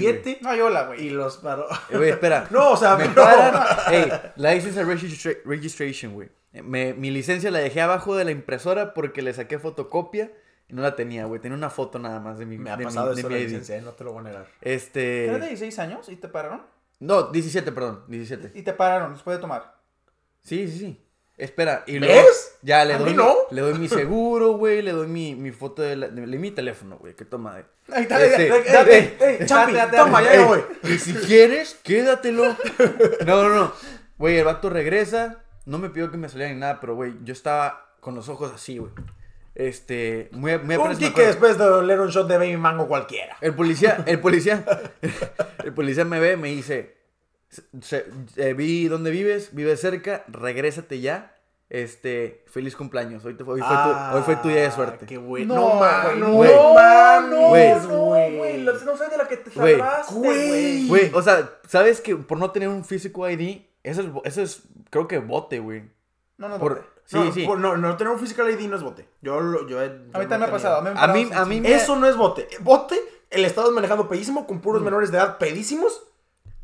Speaker 2: 17
Speaker 3: No, yo la,
Speaker 2: y
Speaker 3: güey.
Speaker 2: los paró.
Speaker 1: Eh, Güey, espera.
Speaker 2: [LAUGHS] No, o sea,
Speaker 1: me
Speaker 2: pero-
Speaker 1: paran. Ey, license and registra- registration, güey. Eh, me- mi licencia la dejé abajo de la impresora porque le saqué fotocopia y no la tenía, güey. Tenía una foto nada más de mi
Speaker 2: Me ha
Speaker 1: de mi-
Speaker 2: pasado
Speaker 1: de
Speaker 2: eso
Speaker 1: mi
Speaker 2: la
Speaker 1: ID.
Speaker 2: licencia, eh, no te lo voy a negar.
Speaker 3: ¿Eras de
Speaker 1: Este.
Speaker 3: 16 años y te pararon?
Speaker 1: No, 17, perdón, 17.
Speaker 3: Y te pararon después de tomar.
Speaker 1: Sí, sí, sí. Espera, y
Speaker 2: ¿Ves?
Speaker 1: luego ya le
Speaker 2: A
Speaker 1: doy mi-
Speaker 2: mí no.
Speaker 1: le doy mi seguro, güey, le doy mi, mi foto de, la- de- de mi teléfono, güey, que toma de.
Speaker 3: Ahí está,
Speaker 1: Este,
Speaker 3: date,
Speaker 1: date,
Speaker 3: date,
Speaker 2: ey, Champi,
Speaker 3: date, date.
Speaker 2: toma, ya
Speaker 1: Ey,
Speaker 2: yo voy.
Speaker 1: Y si quieres, quédatelo. No, no, no. Güey, el vato regresa. No me pidió que me saliera ni nada, pero güey, yo estaba con los ojos así, güey. Este, muy, muy
Speaker 2: Un
Speaker 1: apenas me
Speaker 2: tique
Speaker 1: acuerdo.
Speaker 2: después de oler un shot de Baby Mango cualquiera.
Speaker 1: El policía, el policía, [LAUGHS] el policía me ve, me dice, "Se- se- eh, vi dónde vives, vives cerca, regrésate ya. Este, feliz cumpleaños. Hoy, te fue- hoy fue, tu, hoy fue tu día de suerte.
Speaker 2: Ah, Qué bueno.
Speaker 3: No,
Speaker 2: ma-
Speaker 3: güey,
Speaker 2: no
Speaker 1: güey.
Speaker 2: mames,
Speaker 3: no,
Speaker 2: güey.
Speaker 3: güey. No sabes de la que te
Speaker 1: Güey.
Speaker 3: salvaste,
Speaker 2: Güey.
Speaker 3: güey.
Speaker 1: Güey, o sea, ¿sabes que por no tener un físico ID, eso es, bo- eso es creo que bote, güey?
Speaker 3: No, no,
Speaker 1: Por-
Speaker 3: no.
Speaker 1: sí,
Speaker 2: no,
Speaker 1: sí.
Speaker 2: por- no, no tener un physical ID no es bote. Yo, lo- yo, he- yo
Speaker 3: A mí
Speaker 2: no
Speaker 3: también me ha
Speaker 2: tenía.
Speaker 3: pasado. me han
Speaker 1: A mí-
Speaker 3: parado,
Speaker 1: a
Speaker 3: sí,
Speaker 1: mí
Speaker 3: sí.
Speaker 1: me-
Speaker 2: Eso no es bote. Bote, el estado manejando pedísimo con puros menores de edad pedísimos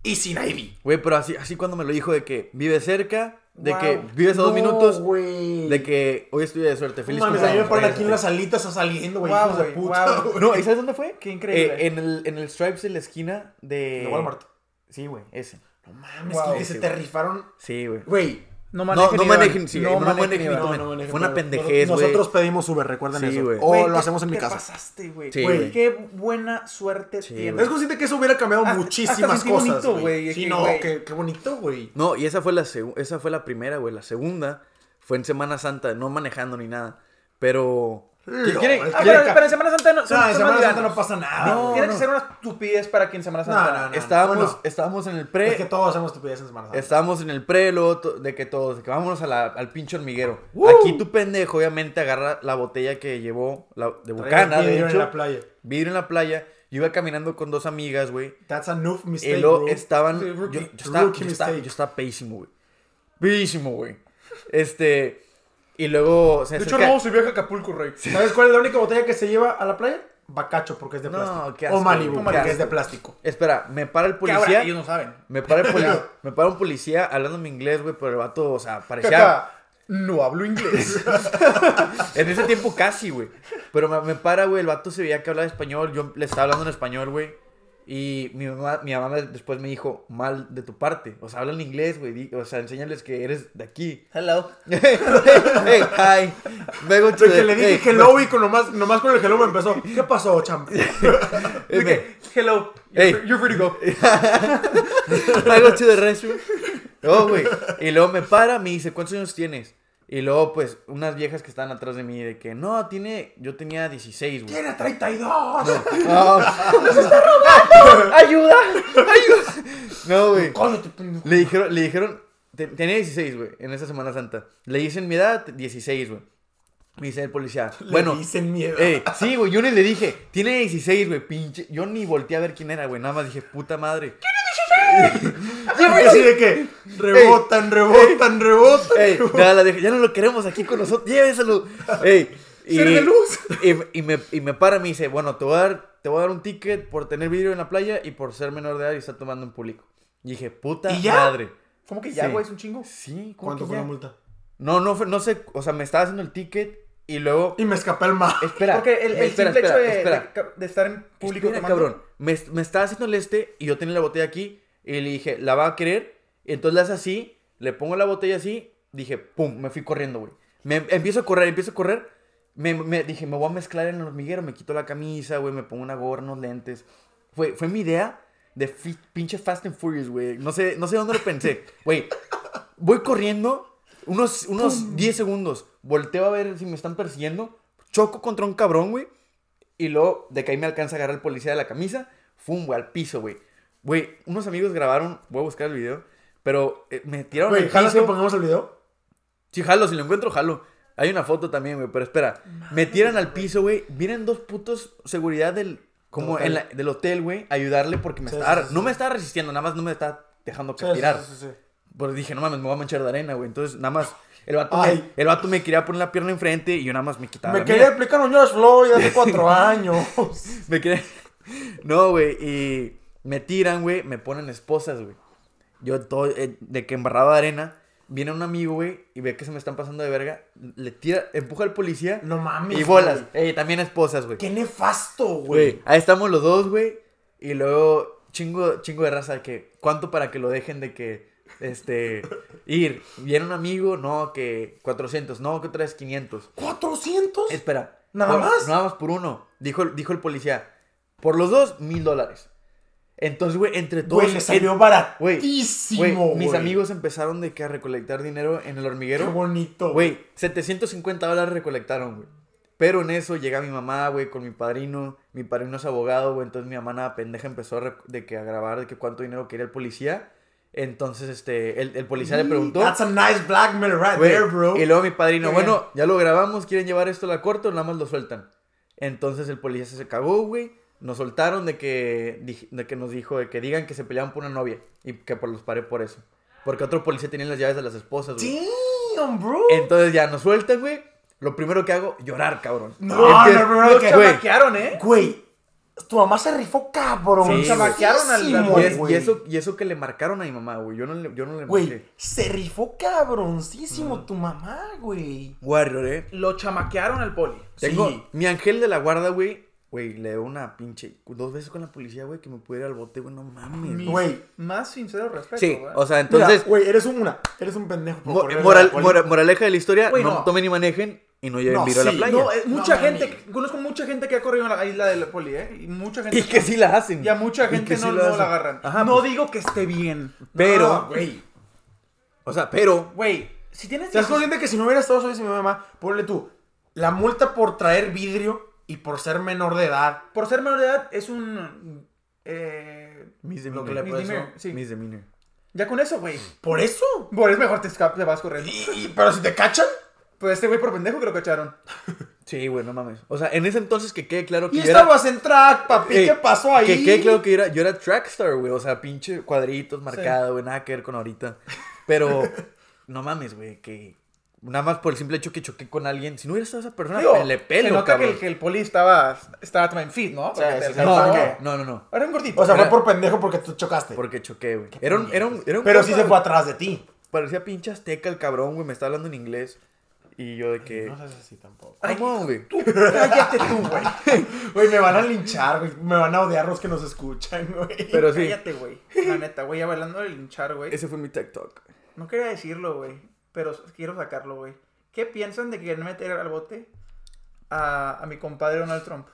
Speaker 2: y sin ID.
Speaker 1: Güey, pero así, así cuando me lo dijo de que vive cerca, de
Speaker 3: Wow.
Speaker 1: que vives a dos
Speaker 2: No,
Speaker 1: minutos,
Speaker 2: güey.
Speaker 1: de que hoy estoy de suerte,
Speaker 2: No
Speaker 1: feliz
Speaker 2: mames, a mí me
Speaker 1: cumpleaños,
Speaker 2: ponen aquí en las
Speaker 1: regrésate.
Speaker 2: salitas saliendo, güey.
Speaker 3: Guau,
Speaker 2: hijos de
Speaker 3: güey,
Speaker 2: puta,
Speaker 3: guau.
Speaker 2: güey.
Speaker 1: No, ¿y sabes dónde fue?
Speaker 3: Qué increíble.
Speaker 1: Eh, en, el, en el Stripes en la esquina de...
Speaker 2: De Walmart.
Speaker 1: Sí, güey, ese.
Speaker 2: No mames,
Speaker 3: Guau,
Speaker 1: sí,
Speaker 2: que Ah, se te rifaron.
Speaker 1: Sí, güey.
Speaker 2: Güey.
Speaker 3: No
Speaker 1: No, no
Speaker 3: Iván.
Speaker 1: manejen, sí, no manejen,
Speaker 3: Iván.
Speaker 1: no, no manejen. Fue una pendejez, güey.
Speaker 2: Nosotros pedimos Uber, recuerden
Speaker 1: Sí,
Speaker 2: eso.
Speaker 1: güey.
Speaker 2: O
Speaker 3: Güey,
Speaker 2: lo
Speaker 3: te-
Speaker 2: hacemos en mi
Speaker 3: Te
Speaker 2: casa.
Speaker 3: pasaste, güey.
Speaker 1: Sí,
Speaker 3: Güey,
Speaker 1: güey.
Speaker 3: Qué buena suerte
Speaker 1: Sí,
Speaker 3: tienes.
Speaker 1: güey.
Speaker 2: Es consciente que eso hubiera cambiado
Speaker 3: Hasta-
Speaker 2: muchísimas
Speaker 3: hasta sentí
Speaker 2: cosas.
Speaker 3: bonito, güey,
Speaker 2: Sí,
Speaker 3: que,
Speaker 2: no,
Speaker 3: güey.
Speaker 2: qué, qué bonito, güey.
Speaker 1: No, y esa fue la, segu- esa fue la primera, güey. La segunda fue en Semana Santa, no manejando ni nada. Pero...
Speaker 2: Lol,
Speaker 1: quiere-
Speaker 2: qué
Speaker 3: Ah, pero,
Speaker 2: caca.
Speaker 3: pero en Semana Santa no,
Speaker 2: O
Speaker 3: son-
Speaker 2: sea, en
Speaker 3: son
Speaker 2: Semana
Speaker 3: más
Speaker 2: Santa no
Speaker 3: livianos.
Speaker 2: pasa nada.
Speaker 1: No,
Speaker 2: güey.
Speaker 3: Tiene que ser una estupidez para aquí en Semana Santa.
Speaker 2: no, no.
Speaker 1: estábamos,
Speaker 2: no.
Speaker 1: estábamos en el pre...
Speaker 2: Es que todos hacemos estupidez en Semana Santa.
Speaker 1: Estábamos en el pre, luego to- de que todos, de que vámonos a la- al pinche hormiguero.
Speaker 2: ¡Uh!
Speaker 1: Aquí tu pendejo, obviamente, agarra la botella que llevó la, de
Speaker 2: Traía
Speaker 1: Bucana, de
Speaker 2: vidrio
Speaker 1: hecho.
Speaker 2: en la playa.
Speaker 1: Vidrio en la playa. Yo iba caminando con dos amigas, güey.
Speaker 2: That's a noob
Speaker 1: Y
Speaker 2: mistake,
Speaker 1: luego
Speaker 2: bro.
Speaker 1: estaban.
Speaker 3: Sí,
Speaker 1: Yo, yo
Speaker 3: rookie-
Speaker 1: estaba,
Speaker 2: rookie
Speaker 1: yo, estaba,
Speaker 2: mistake.
Speaker 1: yo estaba pedísimo, güey. Pedísimo, güey. Este. Y luego se
Speaker 3: De hecho,
Speaker 1: acerca-
Speaker 3: no, se viaja a Acapulco, Rey.
Speaker 2: ¿Sabes cuál es la única botella que se lleva a la playa? Bacacho, porque es de
Speaker 1: No,
Speaker 2: plástico.
Speaker 1: qué asco,
Speaker 2: o Malibu,
Speaker 1: qué
Speaker 2: porque
Speaker 1: asco.
Speaker 2: es de plástico.
Speaker 1: Espera, me para el
Speaker 3: Que ahora
Speaker 1: policía.
Speaker 3: ellos no saben.
Speaker 1: Me para el policía. me para un policía hablándome inglés, güey, pero el vato, o sea, parecía.
Speaker 3: Caca, no hablo inglés.
Speaker 2: [LAUGHS]
Speaker 1: En ese tiempo casi, güey. Pero me, me para, güey. El vato se veía que hablaba español. Yo le estaba hablando en español, güey. Y mi mamá, mi mamá me- después me dijo, mal de tu parte. O sea, hablan inglés, güey. di- O sea, enséñales que eres de aquí.
Speaker 3: Hello.
Speaker 1: hey, hi. Vengo
Speaker 2: De que le dije hello y con nomás, nomás con el hello me empezó. ¿Qué pasó,
Speaker 1: [LAUGHS]
Speaker 2: champ?
Speaker 3: De que, hello.
Speaker 1: Hey.
Speaker 3: You're, you're free
Speaker 1: [LAUGHS]
Speaker 3: to go.
Speaker 1: Traigo to the restroom. No, güey. Y luego me para, me dice, ¿cuántos años tienes? Y luego, pues, unas viejas que estaban atrás de mí, de que, no, tiene, yo tenía 16, güey. Ah,
Speaker 2: ¡Tiene
Speaker 1: [LAUGHS]
Speaker 2: 32!
Speaker 1: No. ¡Ayuda! ¡Ayuda! No, güey.
Speaker 2: Cóllate, pendejo.
Speaker 1: Le dijeron, le dijeron, te- tenía 16, güey, en esa Semana Santa. Le dicen mi edad, 16, güey. Me dice el policía. bueno,
Speaker 2: Le dicen miedo.
Speaker 1: eh, sí, güey, yo ni le dije, tiene 16, güey, pinche. Yo ni volteé a ver quién era, güey, nada más dije, puta madre.
Speaker 2: [LAUGHS] Y así de que rebotan, rebotan, rebotan.
Speaker 1: Ey, ya, la dejé- ya no lo queremos aquí con nosotros, lléveselo. Ey, y,
Speaker 2: Ser de luz.
Speaker 1: Y, y me, y me para y me dice, bueno, te voy, a dar, te voy a dar un ticket por tener vidrio en la playa y por ser menor de edad y estar tomando en público. Y dije, puta
Speaker 2: ¿Y ya?
Speaker 1: madre.
Speaker 3: ¿Cómo que ya,
Speaker 1: Sí.
Speaker 3: güey? Es un chingo.
Speaker 1: Sí, ¿cómo
Speaker 2: ¿Cuánto
Speaker 1: que
Speaker 2: fue
Speaker 1: ya?
Speaker 2: la multa?
Speaker 1: No, no, fue- no sé, o sea, me estaba haciendo el ticket y luego...
Speaker 2: Y me escapé al mar.
Speaker 1: Espera,
Speaker 3: Porque el, el
Speaker 1: espera,
Speaker 3: simple
Speaker 1: espera,
Speaker 3: hecho de,
Speaker 1: espera.
Speaker 3: de ca- de estar en público
Speaker 1: Espera,
Speaker 3: tomando-
Speaker 1: cabrón. Me, me estaba haciendo el este y yo tenía la botella aquí y le dije, ¿la va a querer? Entonces la hace así, le pongo la botella así, dije, pum, me fui corriendo, güey. Me empiezo a correr, empiezo a correr Me, me dije, me voy a mezclar en el hormiguero, me quito la camisa, güey, me pongo una gorra, unos lentes. Fue, fue mi idea de fi- pinche Fast and Furious, güey. No sé, no sé dónde lo pensé. Güey, voy corriendo unos, unos 10 segundos, volteo a ver si me están persiguiendo, choco contra un cabrón, güey, y luego de que ahí me alcanza a agarrar el policía de la camisa, fum, güey, al piso, güey. Güey, unos amigos grabaron, voy a buscar el video, pero eh, me tiraron
Speaker 2: Güey,
Speaker 1: al
Speaker 2: ¿jalas que
Speaker 1: piso.
Speaker 2: pongamos el video?
Speaker 1: Sí, jalo, si lo encuentro, jalo. Hay una foto también, güey, pero espera. me tiran al piso, güey. Vienen dos putos seguridad del como
Speaker 2: Del
Speaker 1: en
Speaker 2: hotel.
Speaker 1: la- del hotel, güey, a ayudarle porque me
Speaker 2: Sí,
Speaker 1: estaba,
Speaker 2: sí, sí,
Speaker 1: no
Speaker 2: sí.
Speaker 1: me estaba resistiendo, nada más no me estaba dejando
Speaker 2: Sí,
Speaker 1: que
Speaker 2: sí,
Speaker 1: tirar.
Speaker 2: sí, sí, sí.
Speaker 1: Porque dije, no mames, me voy a manchar de arena, güey. Entonces, nada más el vato, me,
Speaker 2: Ay.
Speaker 1: el vato me quería poner la pierna enfrente y yo nada más me quitaba
Speaker 2: Me
Speaker 1: la
Speaker 2: quería
Speaker 1: mía.
Speaker 2: aplicar un George Floyd
Speaker 1: [LAUGHS]
Speaker 2: hace cuatro años.
Speaker 1: Me quería [LAUGHS] No, güey, y me tiran, güey, me ponen esposas, güey. Yo todo eh, de que embarrado de arena, viene un amigo, güey, y ve que se me están pasando de verga, le tira, empuja al policía.
Speaker 2: No mames.
Speaker 1: Y bolas.
Speaker 2: güey.
Speaker 1: Ey, también esposas, güey.
Speaker 2: Qué nefasto,
Speaker 1: Güey,
Speaker 2: güey.
Speaker 1: ahí estamos los dos, güey. Y luego, chingo, chingo de raza de que, ¿cuánto para que lo dejen de que, este, ir? ¿Viene un amigo? No, que 400, no, que otra vez 500.
Speaker 2: ¿400?
Speaker 1: Espera.
Speaker 2: ¿Nada
Speaker 1: por-
Speaker 2: más?
Speaker 1: Nada más por uno. Dijo, el- dijo el policía. Por los dos, mil dólares. Entonces, güey, entre todos.
Speaker 2: Güey, le salió
Speaker 1: en- güey, güey,
Speaker 2: baratísimo, güey.
Speaker 1: Mis amigos empezaron de que a recolectar dinero en el
Speaker 2: Qué
Speaker 1: hormiguero.
Speaker 2: bonito.
Speaker 1: Güey, 750 dólares recolectaron, güey. Pero en eso llega mi mamá, güey, con mi padrino. Mi padrino es abogado, güey. Entonces mi mamá nada pendeja empezó a, rec- de que a grabar de que cuánto dinero quería el policía. Entonces, este, el, el policía le preguntó.
Speaker 2: Mm, That's a nice blackmail right
Speaker 1: güey,
Speaker 2: there, bro.
Speaker 1: Y luego mi padrino,
Speaker 3: Qué
Speaker 1: bueno, ya lo grabamos, quieren llevar esto a la corte o nada más lo sueltan. Entonces el policía se cagó, güey. Nos soltaron de que, dij- de que nos dijo de que digan que se peleaban por una novia y que por los paré por eso. Porque otro policía tenía las llaves de las esposas, güey.
Speaker 2: Damn, bro.
Speaker 1: Entonces ya nos sueltan, güey. Lo primero que hago, llorar, cabrón.
Speaker 2: No,
Speaker 1: Entonces,
Speaker 2: no, no, no,
Speaker 3: Lo
Speaker 2: que-
Speaker 1: güey,
Speaker 3: chamaquearon, ¿eh?
Speaker 2: Güey, tu mamá se rifó cabrón.
Speaker 1: Sí,
Speaker 3: chamaquearon al-
Speaker 2: Muchísimo,
Speaker 3: al-
Speaker 1: y, es- y
Speaker 2: güey.
Speaker 1: eso, y eso que le marcaron a mi mamá, güey. Yo no le, yo no le
Speaker 2: Güey,
Speaker 1: marqué.
Speaker 2: se rifó cabroncísimo
Speaker 1: Mm.
Speaker 2: tu mamá, güey.
Speaker 1: Warrior, eh.
Speaker 3: Lo chamaquearon al poli.
Speaker 1: Tengo
Speaker 2: Sí.
Speaker 1: mi ángel de la guarda, güey. Güey, le doy una pinche. Dos veces con la policía, güey, que me pudiera ir al bote, güey. No mames.
Speaker 3: Mis
Speaker 2: Güey.
Speaker 3: Más sincero respeto,
Speaker 1: Sí,
Speaker 3: güey.
Speaker 1: o sea,
Speaker 2: Entonces,
Speaker 1: entonces.
Speaker 2: güey, eres un una, eres un pendejo. por
Speaker 1: mo-
Speaker 2: correr de
Speaker 1: moral-
Speaker 2: la poli.
Speaker 1: mora- moraleja de la historia:
Speaker 3: Güey,
Speaker 1: no,
Speaker 3: no.
Speaker 1: tomen y manejen y no lleven
Speaker 2: No,
Speaker 1: viro a
Speaker 2: sí,
Speaker 1: la playa.
Speaker 3: No, eh,
Speaker 2: No,
Speaker 3: mucha
Speaker 2: mami.
Speaker 3: gente, conozco mucha gente que ha corrido a la isla de la poli, ¿eh? Y mucha gente.
Speaker 1: [LAUGHS] y que sí la hacen.
Speaker 3: Y a mucha
Speaker 1: Y que
Speaker 3: gente
Speaker 1: sí
Speaker 3: no,
Speaker 1: la
Speaker 3: no
Speaker 1: hacen.
Speaker 3: la agarran.
Speaker 1: Ajá,
Speaker 3: no
Speaker 1: pues,
Speaker 3: digo que esté bien.
Speaker 1: Pero,
Speaker 2: No, Ah, güey.
Speaker 1: o sea, pero.
Speaker 3: Güey, si tienes.
Speaker 2: ¿Estás
Speaker 3: 16
Speaker 2: consciente que si no hubiera estado solo y mi mamá, ponle tú, la multa por traer vidrio y por ser menor de edad.
Speaker 3: Por ser menor de edad, es un. Eh,
Speaker 1: Mis
Speaker 2: Lo que le
Speaker 3: puedes- Misdemeanor, sí. ya con eso, güey.
Speaker 2: ¿Por eso?
Speaker 3: Por eso mejor te, esca- te vas corriendo.
Speaker 2: Y- y- pero si te cachan.
Speaker 3: Pues este güey por pendejo que lo cacharon.
Speaker 1: Sí, güey, no mames. O sea, en ese entonces que quede claro que
Speaker 2: Y
Speaker 1: yo era-
Speaker 2: estabas en track, papi.
Speaker 1: Ey,
Speaker 2: ¿Qué pasó ahí?
Speaker 1: Eh, Que quede claro que yo era, yo era trackstar, güey. O sea, pinche cuadritos marcado, güey. Nada que ver con ahorita. Pero,
Speaker 2: [LAUGHS]
Speaker 1: no mames, güey. Que nada más por el simple hecho que choqué con alguien. Si no hubiera estado esa persona,
Speaker 3: Digo,
Speaker 1: me le pelo,
Speaker 3: se nota que
Speaker 1: cabrón.
Speaker 3: el, que el poli estaba, estaba también fit, ¿no?
Speaker 2: Sí,
Speaker 3: Porque te
Speaker 2: sí, sí.
Speaker 3: alcanzaba.
Speaker 1: No,
Speaker 2: ¿Por
Speaker 1: no,
Speaker 2: qué?
Speaker 1: no, no, no.
Speaker 3: Era un gordito.
Speaker 2: O sea, fue
Speaker 1: Era-
Speaker 2: por pendejo porque tú chocaste.
Speaker 1: Porque choqué, güey. Era un, era un, era un
Speaker 2: Pero sí
Speaker 1: compa,
Speaker 2: se
Speaker 1: güey.
Speaker 2: fue atrás de ti.
Speaker 1: Parecía pinche azteca el cabrón, güey. Me está hablando en inglés. Y yo de que...
Speaker 2: No seas así tampoco.
Speaker 3: Ay,
Speaker 1: ¿Cómo, güey?
Speaker 3: Tú, [LAUGHS] cállate tú, güey.
Speaker 2: Güey, me van a linchar, güey. Me van a odiar los que nos escuchan, güey.
Speaker 1: Pero sí,
Speaker 3: Cállate, güey. La neta, güey, ya bailando el linchar, güey.
Speaker 1: ese fue mi TikTok.
Speaker 3: No quería decirlo, güey. Pero quiero sacarlo, güey. ¿Qué piensan de querer meter al bote a, a mi compadre Donald Trump?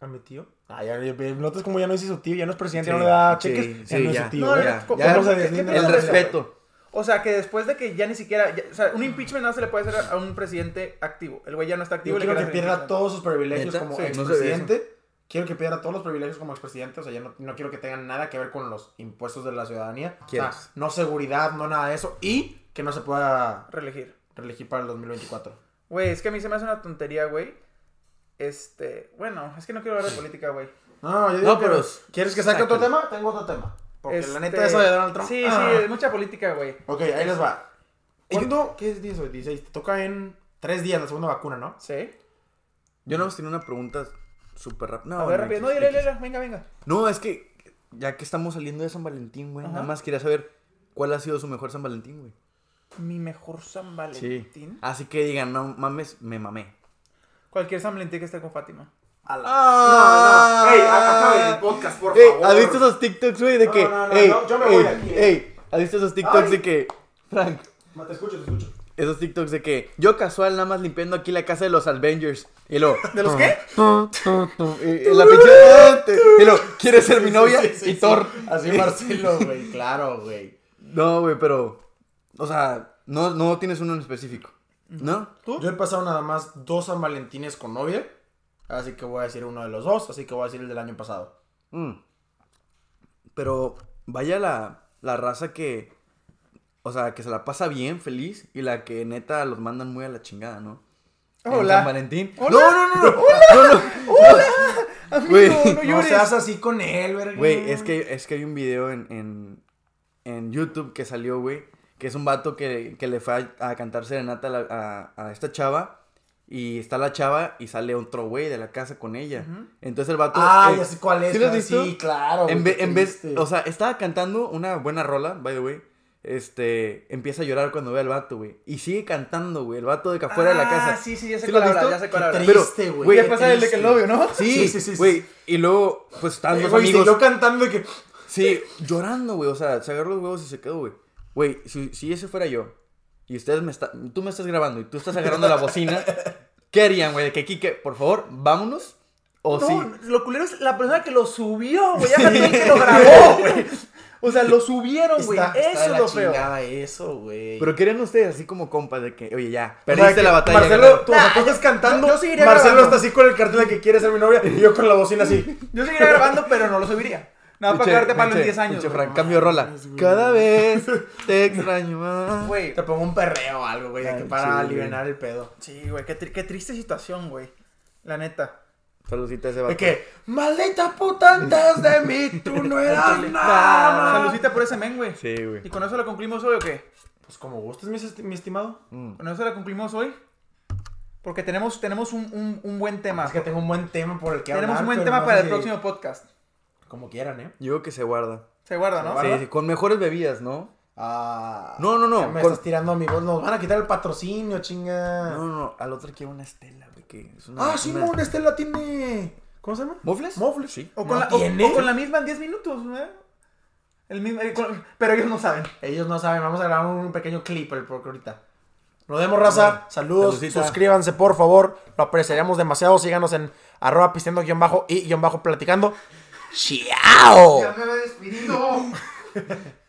Speaker 2: ¿A mi tío? Ah, ya, ya- notas como ya no es su tío, ya no es presidente, ya
Speaker 1: Sí,
Speaker 2: no le da
Speaker 1: sí,
Speaker 2: cheques. ya
Speaker 1: sí,
Speaker 2: no es
Speaker 1: ya.
Speaker 2: su tío, ¿eh?
Speaker 1: No,
Speaker 2: güey.
Speaker 1: ya,
Speaker 3: co-
Speaker 1: ya.
Speaker 3: ¿cómo se
Speaker 2: ¿Qué- qué
Speaker 3: deslinda?
Speaker 2: te
Speaker 1: El
Speaker 2: pasa, güey?
Speaker 1: respeto.
Speaker 3: O sea, que después de que ya ni siquiera. ya- o sea, un impeachment no se le puede hacer a un presidente activo. El güey ya no está activo.
Speaker 2: Yo
Speaker 3: le
Speaker 2: quiero que
Speaker 3: quieren hacer
Speaker 2: pierda
Speaker 3: impeachment.
Speaker 2: todos sus privilegios
Speaker 1: ¿Neta?
Speaker 2: como
Speaker 1: Sí, no sabía
Speaker 2: expresidente. Quiero que pierda todos los privilegios como expresidente. O sea, ya no, no quiero que tengan nada que ver con los impuestos de la ciudadanía. O sea,
Speaker 1: ¿Quieres?
Speaker 2: no seguridad, no nada de eso. Y que no se pueda
Speaker 3: Reelegir.
Speaker 2: reelegir para el 2024.
Speaker 3: Güey, es que a mí se me hace una tontería, güey. Este. Bueno, es que no quiero hablar de política, güey.
Speaker 2: No, yo digo
Speaker 1: No, pero
Speaker 2: que- ¿Quieres que saque otro
Speaker 1: sácalo.
Speaker 2: tema? Tengo otro tema. Porque
Speaker 3: Este,
Speaker 2: la neta eso de Donald Trump.
Speaker 3: Sí,
Speaker 2: ah.
Speaker 3: sí, es mucha política, güey.
Speaker 2: Ok, ahí les va. ¿Cuándo? ¿Qué es 10 hoy? 16. Te toca en 3 días la segunda vacuna, ¿no?
Speaker 3: Sí.
Speaker 1: Yo nada más tenía una pregunta súper rápida.
Speaker 3: a ver, rápido. No, dile, dile, dile. venga, venga.
Speaker 1: No, es que ya que estamos saliendo de San Valentín, güey,
Speaker 3: Ajá.
Speaker 1: nada más quería saber cuál ha sido su mejor San Valentín, güey.
Speaker 3: Mi mejor San Valentín.
Speaker 1: Así que digan, no mames, me mamé.
Speaker 3: Cualquier San Valentín que esté con Fátima.
Speaker 2: A la...
Speaker 1: Ah.
Speaker 2: no, no. Ey, acaba el podcast, por
Speaker 1: Ey,
Speaker 2: favor.
Speaker 1: ¿has visto esos TikToks, güey? De
Speaker 2: No,
Speaker 1: que.
Speaker 2: no, no,
Speaker 1: ey,
Speaker 2: no, yo me voy
Speaker 1: ey,
Speaker 2: de aquí, eh.
Speaker 1: ey, ¿has visto esos TikToks
Speaker 2: Ay.
Speaker 1: de que. Frank,
Speaker 2: Ma, Te escucho, te escucho.
Speaker 1: esos TikToks de que yo casual nada más limpiando aquí la casa de los Avengers. Y luego,
Speaker 3: ¿De los qué?
Speaker 1: y- y la pinche. Y luego, ¿quieres ser mi novia?
Speaker 2: Sí, sí,
Speaker 1: y
Speaker 2: sí.
Speaker 1: Thor.
Speaker 2: Así Marcelo,
Speaker 1: [LAUGHS]
Speaker 2: güey, claro, güey.
Speaker 1: No, güey, pero. O sea, no, no tienes uno en específico. ¿No?
Speaker 3: ¿Tú?
Speaker 2: Yo he pasado nada más dos San Valentines con novia. Así que voy a decir uno de los dos. Así que voy a decir el del año pasado.
Speaker 1: Mm. Pero vaya la, la raza que. O sea, que se la pasa bien, feliz. Y la que neta los mandan muy a la chingada, ¿no? En San
Speaker 3: Hola.
Speaker 1: Valentín.
Speaker 3: [LAUGHS] Hola.
Speaker 1: No, no, no, no.
Speaker 3: Amigo,
Speaker 1: Güey.
Speaker 3: no
Speaker 2: No
Speaker 3: llores.
Speaker 2: seas así con él, verga.
Speaker 1: Güey, es
Speaker 2: Mm.
Speaker 1: que, es que hay un video en, en, en YouTube que salió, güey, que es un vato que, que le fue a, a cantar serenata a, la- a- a esta chava. Y está la chava y sale otro güey de la casa con ella. Entonces el vato.
Speaker 2: Ah,
Speaker 1: eh,
Speaker 2: ya sé cuál es.
Speaker 1: ¿sí lo has
Speaker 2: güey,
Speaker 1: visto?
Speaker 2: Sí, claro.
Speaker 1: en,
Speaker 2: Ah, güey,
Speaker 1: ve-
Speaker 2: qué
Speaker 1: en vez,
Speaker 2: triste.
Speaker 1: o sea, estaba cantando una buena rola, by the way. Este, empieza a llorar cuando ve al vato, güey. Y sigue cantando, güey, el vato de que afuera de la casa.
Speaker 3: Ah, sí, sí, ya sé
Speaker 1: ¿Sí
Speaker 3: cuál
Speaker 1: lo has
Speaker 3: habla,
Speaker 1: visto?
Speaker 3: ya sé
Speaker 2: qué
Speaker 3: cuál habla.
Speaker 1: Pero,
Speaker 2: triste, güey.
Speaker 1: güey,
Speaker 3: Ya
Speaker 2: qué
Speaker 3: pasa el de que
Speaker 2: triste.
Speaker 3: el novio, ¿no?
Speaker 1: Sí,
Speaker 2: sí, sí, sí,
Speaker 1: Güey, y luego, pues están
Speaker 2: Eh,
Speaker 1: los
Speaker 2: Güey,
Speaker 1: amigos.
Speaker 2: siguió cantando de que.
Speaker 1: Sí, llorando, güey. O sea, se agarró los huevos y se quedó, güey. Güey, si, si ese fuera yo y ustedes me están. Tú me estás grabando y tú estás agarrando la bocina, ¿qué harían, güey? De que Kike, por favor, vámonos. O
Speaker 3: no,
Speaker 1: sí.
Speaker 3: lo culero es la persona que lo subió, güey. Ya sabía que lo
Speaker 2: [LAUGHS]
Speaker 3: grabó, güey. O sea, lo subieron, güey.
Speaker 2: Está-
Speaker 3: Eso
Speaker 2: está de
Speaker 3: es
Speaker 2: la
Speaker 3: lo feo.
Speaker 2: chingada eh. Eso, güey.
Speaker 1: Pero ¿qué harían ustedes así como compas de que, oye, ya,
Speaker 2: O sea,
Speaker 1: perdiste
Speaker 2: que
Speaker 1: la batalla?
Speaker 2: Marcelo,
Speaker 1: ganaron?
Speaker 2: tú
Speaker 3: Nah,
Speaker 2: o sea, tú estás cantando.
Speaker 3: yo- yo seguiría
Speaker 2: Marcelo
Speaker 3: grabando.
Speaker 2: está así con el cartel de que quiere ser mi novia y yo con la bocina así.
Speaker 3: Yo seguiría grabando, pero no lo subiría. Nada Ah, para
Speaker 1: Pinche-
Speaker 3: quedarte palo en
Speaker 1: pinche-
Speaker 3: 10 años.
Speaker 1: pinche
Speaker 3: güey.
Speaker 1: Frank, cambio de rola.
Speaker 2: Mames, güey.
Speaker 1: Cada vez te extraño más.
Speaker 3: Güey,
Speaker 2: Te pongo un perreo o algo, güey, de que
Speaker 1: Ay,
Speaker 2: para
Speaker 1: sí, güey.
Speaker 2: aliviar el pedo.
Speaker 3: sí, güey. Qué, tri- qué triste situación, güey. La neta.
Speaker 1: Saludcita a ese
Speaker 2: De
Speaker 1: vato.
Speaker 2: que, maldita puta, antes de mí tú no eras nada.
Speaker 3: Saludcita por ese men, güey.
Speaker 1: Sí, güey.
Speaker 3: ¿Y con eso la concluimos hoy o qué?
Speaker 2: Pues como gustes, mi, esti- mi estimado.
Speaker 1: Mm.
Speaker 3: Con eso la concluimos hoy. Porque tenemos, tenemos un, un- un buen tema.
Speaker 2: Es que tengo un buen tema por el que
Speaker 3: Tenemos
Speaker 2: hablar,
Speaker 3: un buen
Speaker 2: pero
Speaker 3: tema
Speaker 2: no
Speaker 3: para
Speaker 2: sé
Speaker 3: el
Speaker 2: si-
Speaker 3: próximo podcast.
Speaker 2: Como quieran, ¿eh?
Speaker 1: Yo creo que se guarda.
Speaker 3: Se guarda, ¿no?
Speaker 2: Se guarda.
Speaker 1: Sí, sí, con mejores bebidas, ¿no?
Speaker 2: Ah,
Speaker 1: No, no, no,
Speaker 2: ya Me
Speaker 1: con-
Speaker 2: estás tirando a mi voz. Nos van a quitar el patrocinio, chinga.
Speaker 1: No, no, no. Al otro quiero una estela, güey. Que es una,
Speaker 2: Ah, Simón,
Speaker 1: una-
Speaker 2: este la tiene. ¿Cómo se llama?
Speaker 1: ¿Mofles?
Speaker 2: Mofles.
Speaker 1: Sí.
Speaker 3: O
Speaker 2: ¿No
Speaker 3: con, la, o-
Speaker 2: tiene?
Speaker 3: o con la misma en 10 minutos, ¿no? El mismo, el- con- pero ellos no saben.
Speaker 2: Ellos no saben, vamos a grabar un pequeño clip el porque ahorita. Nos vemos, raza. Saludos.
Speaker 1: Saludcita.
Speaker 2: Suscríbanse, por favor. Lo apreciaríamos demasiado. Síganos en arroba pisteando guión bajo y guión bajo platicando. ¡Chiao!
Speaker 3: me había despedido.